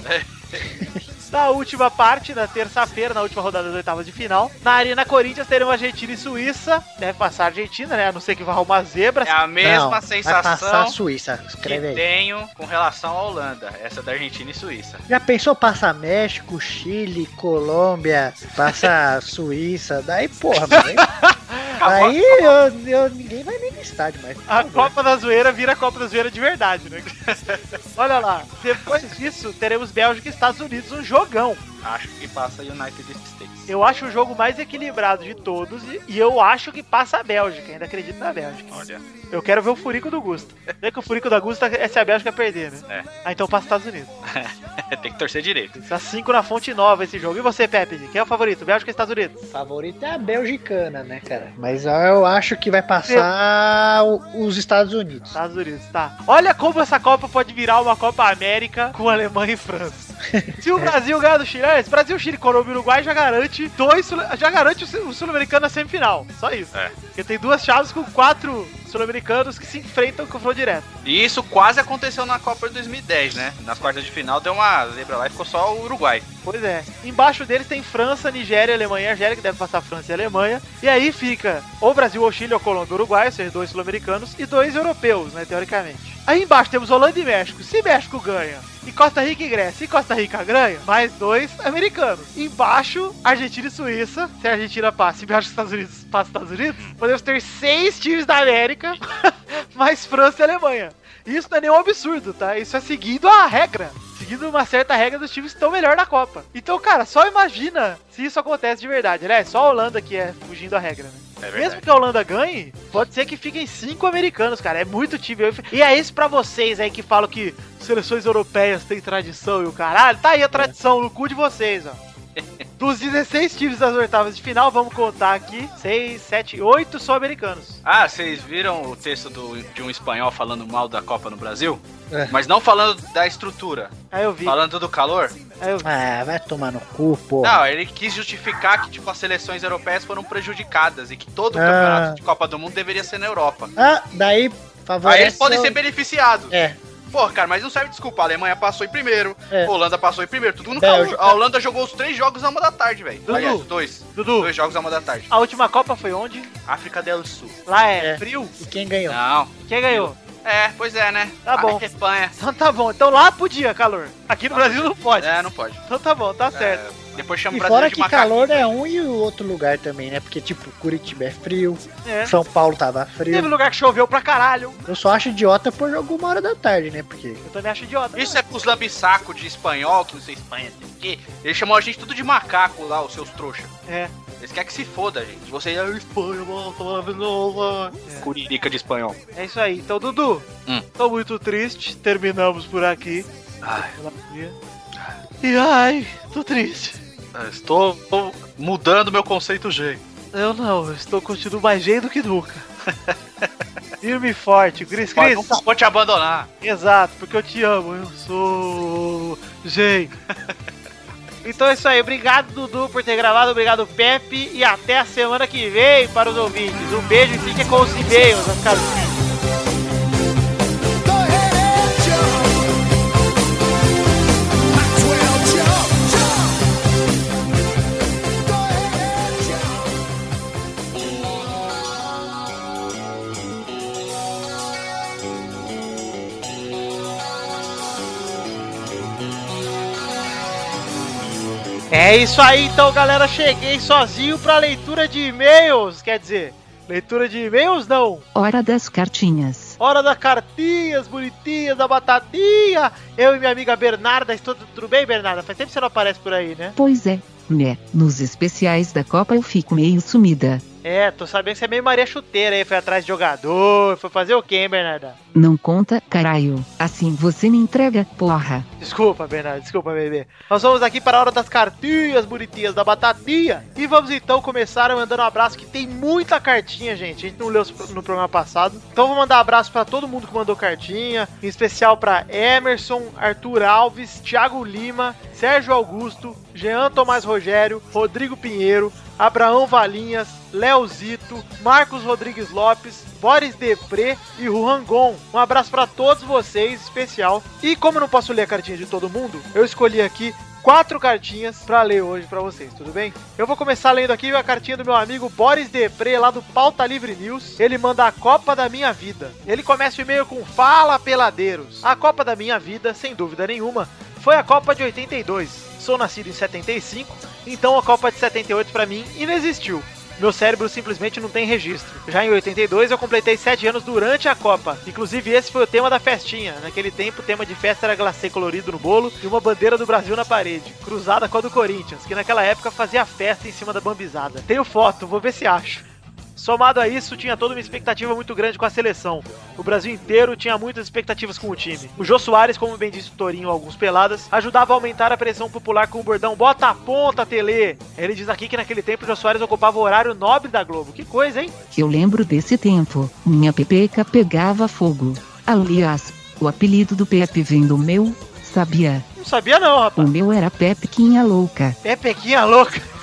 Speaker 3: Na última parte, na terça-feira, na última rodada das oitavas de final, na Arena Corinthians teremos Argentina e Suíça. Deve passar a Argentina, né? A não ser que vá arrumar zebra.
Speaker 4: É a
Speaker 5: Não,
Speaker 4: mesma
Speaker 5: Vai passar a
Speaker 4: sensação
Speaker 5: Suíça,
Speaker 4: que
Speaker 5: escreve aí.
Speaker 4: tenho com relação à Holanda. Essa da Argentina e Suíça.
Speaker 5: Já pensou passar México, Chile, Colômbia, passar [LAUGHS] Suíça, daí, porra,
Speaker 3: [LAUGHS]
Speaker 5: mano. Aí eu, eu- ninguém vai nem no estádio mais.
Speaker 3: A Copa da Zoeira vira a Copa da Zoeira de verdade,
Speaker 4: [LAUGHS]
Speaker 3: né? Olha lá, depois disso teremos Bélgica e Estados Unidos, um jogão.
Speaker 4: Acho que passa a United States.
Speaker 3: Eu acho o jogo mais equilibrado de todos e, e eu acho que passa a Bélgica, ainda acredito na Bélgica.
Speaker 4: Olha.
Speaker 3: Eu quero ver o furico do Gusta. Vê que o furico da Gusta é se a Bélgica perder, né?
Speaker 4: É.
Speaker 3: Ah, então passa Estados Unidos.
Speaker 4: Tem que torcer direito.
Speaker 3: Tá 5 na fonte nova esse jogo. E você, Pepe? Quem é o favorito? Bélgica ou Estados Unidos?
Speaker 5: Favorita é a Belgicana, né, cara? Mas eu acho que vai passar o- os Estados Unidos.
Speaker 3: Estados Unidos, tá. Olha como essa Copa pode virar uma Copa América com Alemanha e França. [LAUGHS] Se o Brasil ganhar do Chile, aliás, Brasil, Chile, Colômbia e Uruguai já garante dois, sul- já garante o sul- o sul-americano na semifinal. Só isso.
Speaker 4: É.
Speaker 3: Porque tem duas chaves com quatro sul-americanos que se enfrentam com o confronto direto.
Speaker 4: E isso quase aconteceu na Copa de 2010, né? Nas quartas de final deu uma zebra lá e ficou só o Uruguai.
Speaker 3: Pois é. Embaixo deles tem França, Nigéria, Alemanha e Argélia, que deve passar França e Alemanha. E aí fica ou Brasil, ou Chile, ou Colômbia, ou Uruguai, ou seja, dois sul-americanos e dois europeus, né, teoricamente. Aí embaixo temos Holanda e México. Se México ganha, e Costa Rica e Grécia, se Costa Rica ganha, mais dois americanos. Embaixo, Argentina e Suíça. Se a Argentina passa e México e Estados Unidos passa Estados Unidos, podemos ter seis times da América, [LAUGHS] mais França e Alemanha. Isso não é nenhum absurdo, tá? Isso é seguindo a regra. Seguindo uma certa regra dos times que estão melhor na Copa. Então, cara, só imagina se isso acontece de verdade. Aliás, só a Holanda que é fugindo a regra, né?
Speaker 4: É
Speaker 3: Mesmo que a Holanda ganhe, pode ser que fiquem cinco americanos, cara. É muito time. Eu- E é isso pra vocês aí que falam que seleções europeias têm tradição e o caralho. Tá aí a tradição no cu de vocês, ó. Dos 16 times das oitavas de final, vamos contar aqui: 6, 7, 8 só americanos.
Speaker 4: Ah, vocês viram o texto do- de um espanhol falando mal da Copa no Brasil?
Speaker 5: É.
Speaker 4: Mas não falando da estrutura,
Speaker 3: Aí eu vi.
Speaker 4: falando do calor.
Speaker 3: Aí eu vi.
Speaker 5: Ah, vai tomar no cu, porra.
Speaker 4: Não, ele quis justificar que tipo, as seleções europeias foram prejudicadas e que todo o
Speaker 5: Ah.
Speaker 4: campeonato de Copa do Mundo deveria ser na Europa.
Speaker 5: Ah, daí favorece.
Speaker 4: Aí eles podem
Speaker 5: o-
Speaker 4: ser beneficiados.
Speaker 5: É,
Speaker 4: Porra, cara, mas não serve desculpa. A Alemanha passou em primeiro,
Speaker 5: É.
Speaker 4: a Holanda passou em primeiro, tudo no
Speaker 5: É,
Speaker 4: calor. A Holanda jogou os três jogos na uma da tarde, velho.
Speaker 3: Dudu.
Speaker 4: Aliás, dois.
Speaker 3: Dudu,
Speaker 4: Dois jogos na uma da tarde.
Speaker 3: a última Copa foi onde?
Speaker 4: África do Sul.
Speaker 3: Lá é,
Speaker 5: É.
Speaker 3: frio?
Speaker 5: e quem ganhou?
Speaker 4: Não.
Speaker 3: Quem ganhou?
Speaker 4: É, pois é, né?
Speaker 3: Tá bom.
Speaker 4: Ah, Espanha.
Speaker 3: Então tá bom. Então lá podia calor. Aqui no Brasil não pode.
Speaker 4: É, não pode.
Speaker 3: Então tá bom, tá certo.
Speaker 4: É, depois chama o
Speaker 5: E
Speaker 4: Brasil
Speaker 5: fora
Speaker 4: de
Speaker 5: que
Speaker 4: macaco.
Speaker 5: calor
Speaker 3: né?
Speaker 5: é um e o outro lugar também, né? Porque, tipo, Curitiba é frio,
Speaker 3: É.
Speaker 5: São Paulo tava
Speaker 3: Teve
Speaker 5: frio.
Speaker 3: lugar que choveu pra caralho.
Speaker 5: Eu só acho idiota por jogo uma hora da tarde, né? Porque.
Speaker 3: Eu também acho idiota.
Speaker 4: Isso é pros lambissacos de espanhol, que não sei Espanha, tem o quê. Ele chamou a gente tudo de macaco lá, os seus trouxa.
Speaker 3: É.
Speaker 4: Eles querem que se foda, gente. Você é espanhol,
Speaker 3: É.
Speaker 4: Curirica de espanhol.
Speaker 3: É isso aí. Então, Dudu,
Speaker 4: Hum.
Speaker 3: tô muito triste. Terminamos por aqui.
Speaker 4: Ai.
Speaker 3: Pela dia. E ai, tô triste.
Speaker 7: É, Estou estou mudando meu conceito G.
Speaker 3: Eu não, eu estou continuo mais jeito do que nunca.
Speaker 4: [LAUGHS]
Speaker 3: Firme e forte, Cris
Speaker 4: Mas
Speaker 3: Cris.
Speaker 4: nunca vou te abandonar.
Speaker 3: Exato, porque eu te amo. Eu sou. Gente. [LAUGHS] Então é isso aí. Obrigado, Dudu, por ter gravado. Obrigado, Pepe. E até a semana que vem para os ouvintes. Um beijo e fiquem com os e-mails. Vai ficar É isso aí, então, galera. Cheguei sozinho pra leitura de e-mails. Quer dizer, leitura de e-mails não.
Speaker 9: Hora das cartinhas.
Speaker 3: Hora da cartinhas bonitinhas, da batatinha. Eu e minha amiga Bernarda. Estou... Tudo bem, Bernarda? Faz tempo que você não aparece por aí, né?
Speaker 9: Pois é, né? Nos especiais da Copa eu fico meio sumida.
Speaker 3: É, tô sabendo que você é meio Maria Chuteira aí. Foi atrás de jogador. Foi fazer o quê, hein, Bernarda?
Speaker 9: Não conta, caralho. Assim você me entrega, porra.
Speaker 3: Desculpa, Bernardo, desculpa, bebê. Nós vamos aqui para a hora das cartinhas bonitinhas da batatinha. tá E vamos então começar mandando um abraço, que tem muita cartinha, gente. A gente não leu no programa passado. Então vou mandar abraço para todo mundo que mandou cartinha. Em especial para Emerson, Arthur Alves, Thiago Lima, Sérgio Augusto, Jean Tomás Rogério, Rodrigo Pinheiro, Abraão Valinhas, Leozito, Marcos Rodrigues Lopes, Boris Depré e Juan Gon. Um abraço para todos vocês, especial. E como eu não posso ler a cartinha de todo mundo, eu escolhi aqui quatro cartinhas para ler hoje para vocês, tudo bem? Eu vou começar lendo aqui a cartinha do meu amigo Boris Depré, lá do Pauta Livre News. Ele manda a Copa da Minha Vida. Ele começa o e-mail com Fala Peladeiros. A Copa da Minha Vida, sem dúvida nenhuma, foi a Copa de 82. Sou nascido em 75, então a Copa de 78 para mim inexistiu. Meu cérebro simplesmente não tem registro. Já em 82 eu completei 7 anos durante a Copa. Inclusive esse foi o tema da festinha. Naquele tempo o tema de festa era glacê colorido no bolo e uma bandeira do Brasil na parede, cruzada com a do Corinthians, que naquela época fazia festa em cima da bambizada. Tenho foto, vou ver se acho. Somado a isso, tinha toda uma expectativa muito grande com a seleção. O Brasil inteiro tinha muitas expectativas com o time. O Jô Soares, como bem disse o Torinho alguns peladas, ajudava a aumentar a pressão popular com o bordão Bota a ponta, Tele! Ele diz aqui que naquele tempo o Jô Soares ocupava o horário nobre da Globo. Que coisa, hein?
Speaker 9: Eu lembro desse tempo. Minha pepeca pegava fogo. Aliás, o apelido do Pepe vem do meu, sabia?
Speaker 3: Não sabia não,
Speaker 9: O
Speaker 3: rapaz.
Speaker 9: meu era Pepquinha Louca.
Speaker 3: É pequinha louca. [LAUGHS]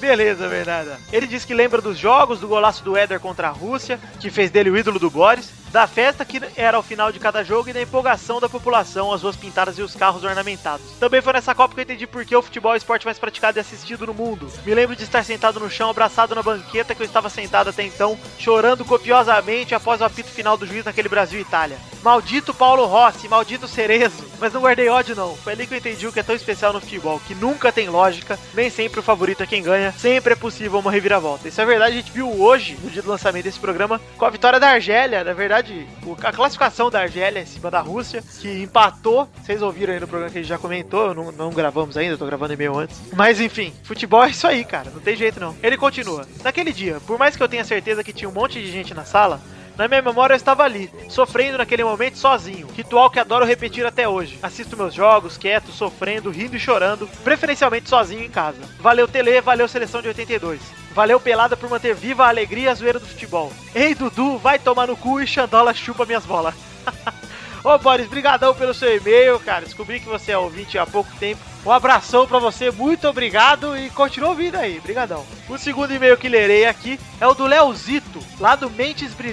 Speaker 3: Beleza, Bernarda. Ele diz que lembra dos jogos, do golaço do Éder contra a Rússia, que fez dele o ídolo do Boris, da festa que era ao final de cada jogo e da empolgação da população, as ruas pintadas e os carros ornamentados. Também foi nessa Copa que eu entendi por que o futebol é o esporte mais praticado e assistido no mundo. Me lembro de estar sentado no chão, abraçado na banqueta que eu estava sentado até então, chorando copiosamente após o apito final do juiz naquele Brasil e Itália. Maldito Paulo Rossi, maldito Cerezo. Mas não guardei ódio não. Foi ali que eu entendi o que é tão especial no futebol, que nunca tem lógica, nem sempre o favorito é quem ganha, sempre é possível uma reviravolta. Isso é verdade, a gente viu hoje, no dia do lançamento desse programa, com a vitória da Argélia, na verdade, o- a classificação da Argélia em cima da Rússia, que empatou. Vocês ouviram aí no programa que a gente já comentou, não, não gravamos ainda, eu tô gravando e-mail antes. Mas enfim, futebol é isso aí, cara, não tem jeito não. Ele continua. Naquele dia, por mais que eu tenha certeza que tinha um monte de gente na sala, na minha memória eu estava ali, sofrendo naquele momento sozinho. Ritual que adoro repetir até hoje. Assisto meus jogos, quieto, sofrendo, rindo e chorando, preferencialmente sozinho em casa. Valeu Tele, valeu Seleção de 82. Valeu Pelada por manter viva a alegria e a zoeira do futebol. Ei Dudu, vai tomar no cu e Xandola chupa minhas bolas. Ô Boris, brigadão pelo seu e-mail, cara. Descobri que você é ouvinte há pouco tempo. Um abração pra você, muito obrigado e continua ouvindo aí, brigadão. O segundo e-mail que lerei aqui é o do Leozito, lá do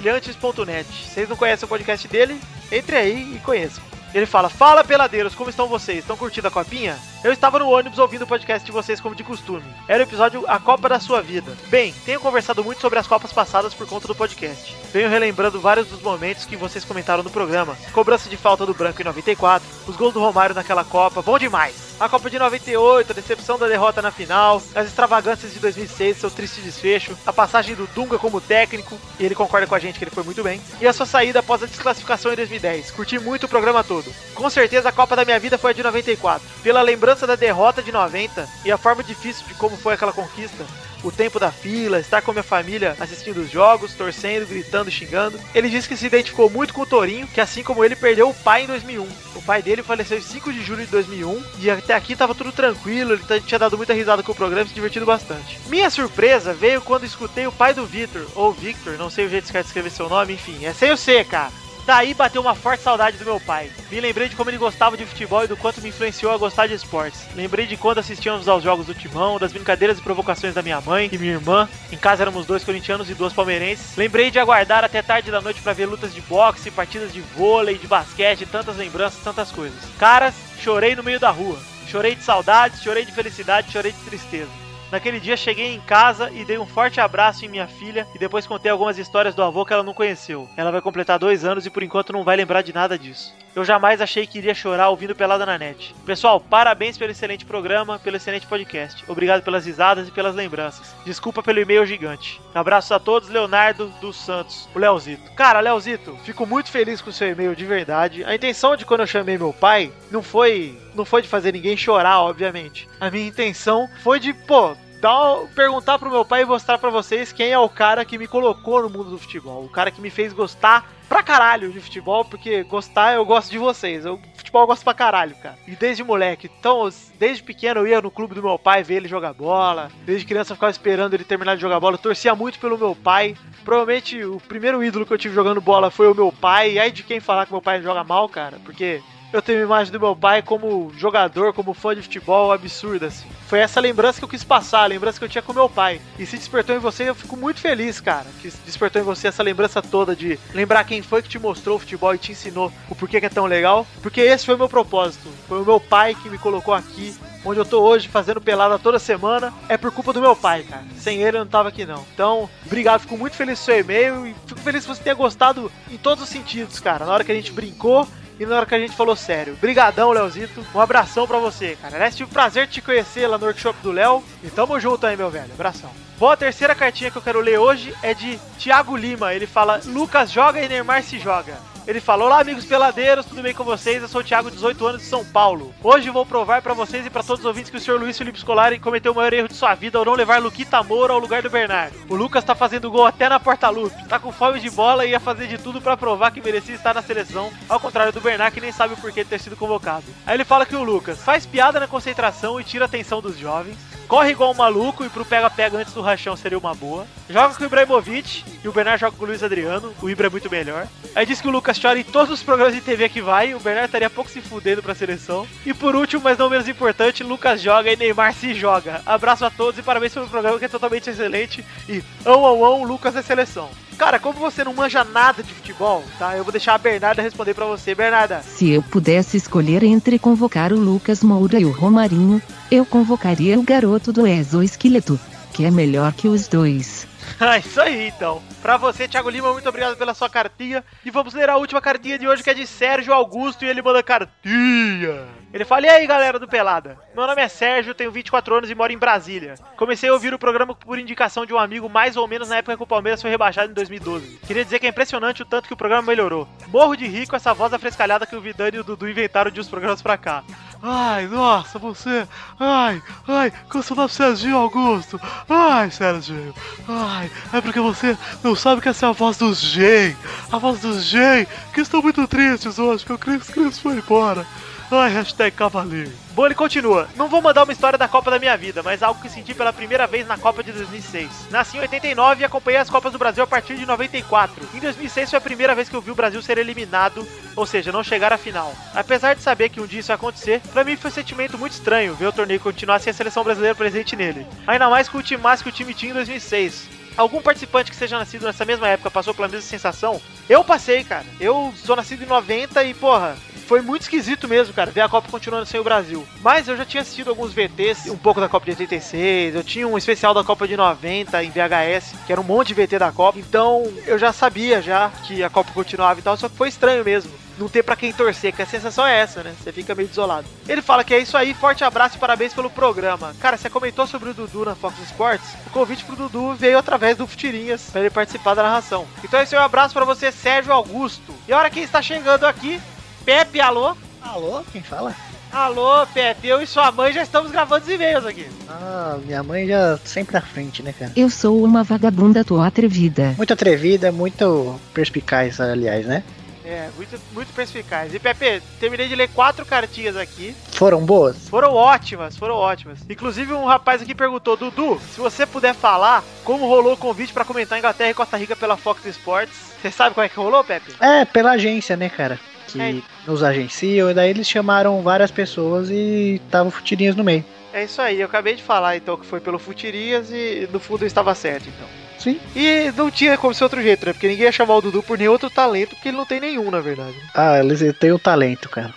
Speaker 3: mentesbrilhantes.net. Vocês não conhecem o podcast dele? Entre aí e conheçam. Ele fala: Fala peladeiros, como estão vocês? Estão curtindo a copinha? Eu estava no ônibus ouvindo o podcast de vocês como de costume. Era o episódio A Copa da Sua Vida. Bem, tenho conversado muito sobre as Copas passadas por conta do podcast. Venho relembrando vários dos momentos que vocês comentaram no programa. Cobrança de falta do Branco em 94, os gols do Romário naquela Copa, bom demais. A Copa de 98, a decepção da derrota na final, as extravagâncias de 2006, seu triste desfecho, a passagem do Dunga como técnico, e ele concorda com a gente que ele foi muito bem, e a sua saída após a desclassificação em 2010. Curti muito o programa todo. Com certeza a Copa da minha vida foi a de 94. Pela lembrança da derrota de 90 e a forma difícil de como foi aquela conquista, o tempo da fila, estar com minha família assistindo os jogos, torcendo, gritando, xingando. Ele disse que se identificou muito com o Torinho, que assim como ele perdeu o pai em 2001. O pai dele faleceu em 5 de julho de 2001 e até aqui tava tudo tranquilo, ele t- tinha dado muita risada com o programa e se divertido bastante. Minha surpresa veio quando escutei o pai do Victor, ou Victor, não sei o jeito certo de escrever seu nome, enfim, é sem o C, cara. Daí bateu uma forte saudade do meu pai. Me lembrei de como ele gostava de futebol e do quanto me influenciou a gostar de esportes. Lembrei de quando assistíamos aos jogos do Timão, das brincadeiras e provocações da minha mãe e minha irmã. Em casa éramos dois corintianos e duas palmeirenses. Lembrei de aguardar até tarde da noite pra ver lutas de boxe, partidas de vôlei, de basquete, tantas lembranças, tantas coisas. Caras, chorei no meio da rua. Chorei de saudades, chorei de felicidade, chorei de tristeza. Naquele dia cheguei em casa e dei um forte abraço em minha filha e depois contei algumas histórias do avô que ela não conheceu. Ela vai completar dois anos e por enquanto não vai lembrar de nada disso. Eu jamais achei que iria chorar ouvindo Pelada na Net. Pessoal, parabéns pelo excelente programa, pelo excelente podcast. Obrigado pelas risadas e pelas lembranças. Desculpa pelo e-mail gigante. Abraços a todos, Leonardo dos Santos, o Leozito. Cara, Leozito, fico muito feliz com o seu e-mail de verdade. A intenção de quando eu chamei meu pai não foi não foi de fazer ninguém chorar, obviamente. A minha intenção foi de, pô, dar, perguntar pro meu pai e mostrar pra vocês quem é o cara que me colocou no mundo do futebol. O cara que me fez gostar pra caralho de futebol, porque gostar eu gosto de vocês. Eu, futebol eu gosto pra caralho, cara. E desde moleque. Então, desde pequeno eu ia no clube do meu pai ver ele jogar bola. Desde criança eu ficava esperando ele terminar de jogar bola. Eu torcia muito pelo meu pai. Provavelmente o primeiro ídolo que eu tive jogando bola foi o meu pai. E aí de quem falar que meu pai joga mal, cara, porque eu tenho a imagem do meu pai como jogador, como fã de futebol absurda, assim. Foi essa lembrança que eu quis passar, a lembrança que eu tinha com meu pai. E se despertou em você, eu fico muito feliz, cara, que despertou em você essa lembrança toda de lembrar quem foi que te mostrou o futebol e te ensinou o porquê que é tão legal. Porque esse foi o meu propósito. Foi o meu pai que me colocou aqui, onde eu tô hoje fazendo pelada toda semana, é por culpa do meu pai, cara. Sem ele eu não tava aqui não. Então, obrigado, fico muito feliz com seu e-mail e fico feliz que você tenha gostado em todos os sentidos, cara. Na hora que a gente brincou, e na hora que a gente falou sério. Brigadão, Leozito. Um abração pra você, cara. Aliás, tive o prazer de te conhecer lá no workshop do Léo. E tamo junto aí, meu velho. Abração. Bom, a terceira cartinha que eu quero ler hoje é de Thiago Lima. Ele fala: Lucas joga e Neymar se joga. Ele falou: Olá, amigos peladeiros, tudo bem com vocês? Eu sou o Thiago, 18 anos de São Paulo. Hoje vou provar pra vocês e pra todos os ouvintes que o senhor Luiz Felipe Scolari cometeu o maior erro de sua vida ao não levar Luquita Moura ao lugar do Bernardo. O Lucas tá fazendo gol até na porta-loop, tá com fome de bola e ia fazer de tudo pra provar que merecia estar na seleção, ao contrário do Bernard que nem sabe o porquê de ter sido convocado. Aí ele fala que o Lucas faz piada na concentração e tira a atenção dos jovens. Corre igual um maluco e pro pega-pega antes do rachão seria uma boa. Joga com o Ibrahimovic e o Bernard joga com o Luiz Adriano. O Ibra é muito melhor. Aí diz que o Lucas chora em todos os programas de TV que vai. O Bernard estaria pouco se fudendo pra seleção. E por último, mas não menos importante, Lucas joga e Neymar se joga. Abraço a todos e parabéns pelo programa que é totalmente excelente. E ão, ão, ão, Lucas é seleção. Cara, como você não manja nada de futebol, tá? Eu vou deixar a Bernarda responder pra você. Bernarda,
Speaker 9: Se eu pudesse escolher entre convocar o Lucas Moura e o Romarinho, eu convocaria o garoto do exoesqueleto, que é melhor que os dois.
Speaker 3: [LAUGHS] Ah, isso aí então. Pra você, Thiago Lima, muito obrigado pela sua cartinha. E vamos ler a última cartinha de hoje, que é de Sérgio Augusto, e ele manda cartinha. Ele fala: E aí, galera do Pelada? Meu nome é Sérgio, tenho 24 anos e moro em Brasília. Comecei a ouvir o programa por indicação de um amigo, mais ou menos na época que o Palmeiras foi rebaixado em 2012. Queria dizer que é impressionante o tanto que o programa melhorou. Morro de rico essa voz afrescalhada que o Vidani e o Dudu inventaram de uns programas pra cá. Ai, nossa, você. Ai, ai, cancelado Serginho Augusto. Ai, Serginho. Ai, é porque você não sabe que essa é a voz dos Gen. A voz dos Gen, que estão muito tristes hoje, que o Chris Chris foi embora. Ai, hashtag cavaleiro. Bom, ele continua. Não vou mandar uma história da Copa da minha vida, mas algo que senti pela primeira vez na Copa de 2006. Nasci em 89 e acompanhei as Copas do Brasil a partir de 94. Em 2006 foi a primeira vez que eu vi o Brasil ser eliminado, ou seja, não chegar à final. Apesar de saber que um dia isso ia acontecer, pra mim foi um sentimento muito estranho ver o torneio continuar sem a seleção brasileira presente nele. Ainda mais com o time que o time tinha em 2006 algum participante que seja nascido nessa mesma época passou pela mesma sensação? Eu passei, cara. Eu sou nascido em 90 e, porra, foi muito esquisito mesmo, cara, ver a Copa continuando sem o Brasil. Mas eu já tinha assistido alguns VTs, um pouco da Copa de 86, eu tinha um especial da Copa de 90 em VHS, que era um monte de VT da Copa. Então eu já sabia já que a Copa continuava e tal, só que foi estranho mesmo não ter pra quem torcer, que a sensação é essa, né? Você fica meio desolado. Ele fala que é isso aí, forte abraço e parabéns pelo programa. Cara, você comentou sobre o Dudu na Fox Sports? O convite pro Dudu veio através do Futirinhas pra ele participar da narração. Então esse é um abraço pra você, Sérgio Augusto. E olha quem está chegando aqui, Pepe, alô?
Speaker 5: Alô, quem fala?
Speaker 3: Alô, Pepe, eu e sua mãe já estamos gravando os e-mails aqui.
Speaker 5: Ah, minha mãe já sempre à frente, né, cara?
Speaker 9: Eu sou uma vagabunda tô atrevida.
Speaker 5: Muito atrevida, muito perspicaz, aliás, né?
Speaker 3: É, muito, muito perspicaz. E Pepe, terminei de ler quatro cartinhas aqui.
Speaker 5: Foram boas?
Speaker 3: Foram ótimas, foram ótimas. Inclusive, um rapaz aqui perguntou: Dudu, se você puder falar como rolou o convite pra comentar Inglaterra e Costa Rica pela Fox Sports. Você sabe como é que rolou, Pepe?
Speaker 5: É, pela agência, né, cara? Que
Speaker 3: É.
Speaker 5: nos agenciam, e daí eles chamaram várias pessoas e tava futirinhas no meio.
Speaker 3: É isso aí, eu acabei de falar então que foi pelo Futirias e no fundo eu estava certo, então.
Speaker 5: Sim.
Speaker 3: E não tinha como ser outro jeito, né? Porque ninguém ia chamar o Dudu por nenhum outro talento, porque ele não tem nenhum, na verdade.
Speaker 5: Ah, eles têm o talento, cara.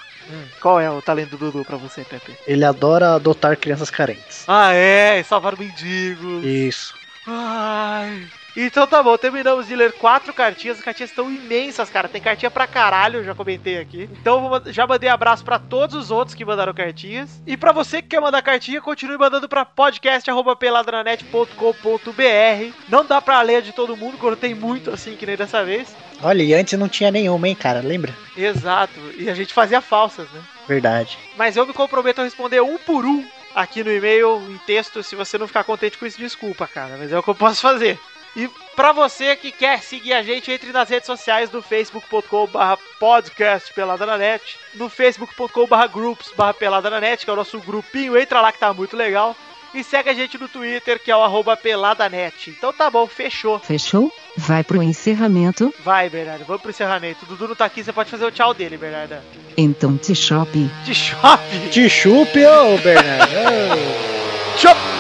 Speaker 3: Qual é o talento do Dudu pra você, Pepe?
Speaker 5: Ele adora adotar crianças carentes.
Speaker 3: Ah, é, salvar mendigos.
Speaker 5: Isso.
Speaker 3: Ai. Então tá bom, terminamos de ler quatro cartinhas. As cartinhas estão imensas, cara. Tem cartinha pra caralho, eu já comentei aqui. Então vou mand- já mandei abraço pra todos os outros que mandaram cartinhas. E pra você que quer mandar cartinha, continue mandando pra podcast@peladranet.com.br. Não dá pra ler de todo mundo, quando tem muito assim que nem dessa vez.
Speaker 5: Olha, e antes não tinha nenhuma, hein, cara? Lembra?
Speaker 3: Exato. E a gente fazia falsas, né?
Speaker 5: Verdade.
Speaker 3: Mas eu me comprometo a responder um por um aqui no e-mail, em texto. Se você não ficar contente com isso, desculpa, cara. Mas é o que eu posso fazer. E pra você que quer seguir a gente, entre nas redes sociais do facebook.com.br podcast peladananet, no facebook.com.br groups barra peladananet, que é o nosso grupinho, entra lá que tá muito legal. E segue a gente no Twitter, que é o arroba peladanet. Então tá bom, fechou.
Speaker 9: Fechou? Vai pro encerramento?
Speaker 3: Vai, Bernardo, vamos pro encerramento. O Dudu não tá aqui, você pode fazer o tchau dele, Bernardo.
Speaker 9: Então te shopping.
Speaker 3: De shopping!
Speaker 5: Te chupe, ô, Bernardo.
Speaker 3: Shopping!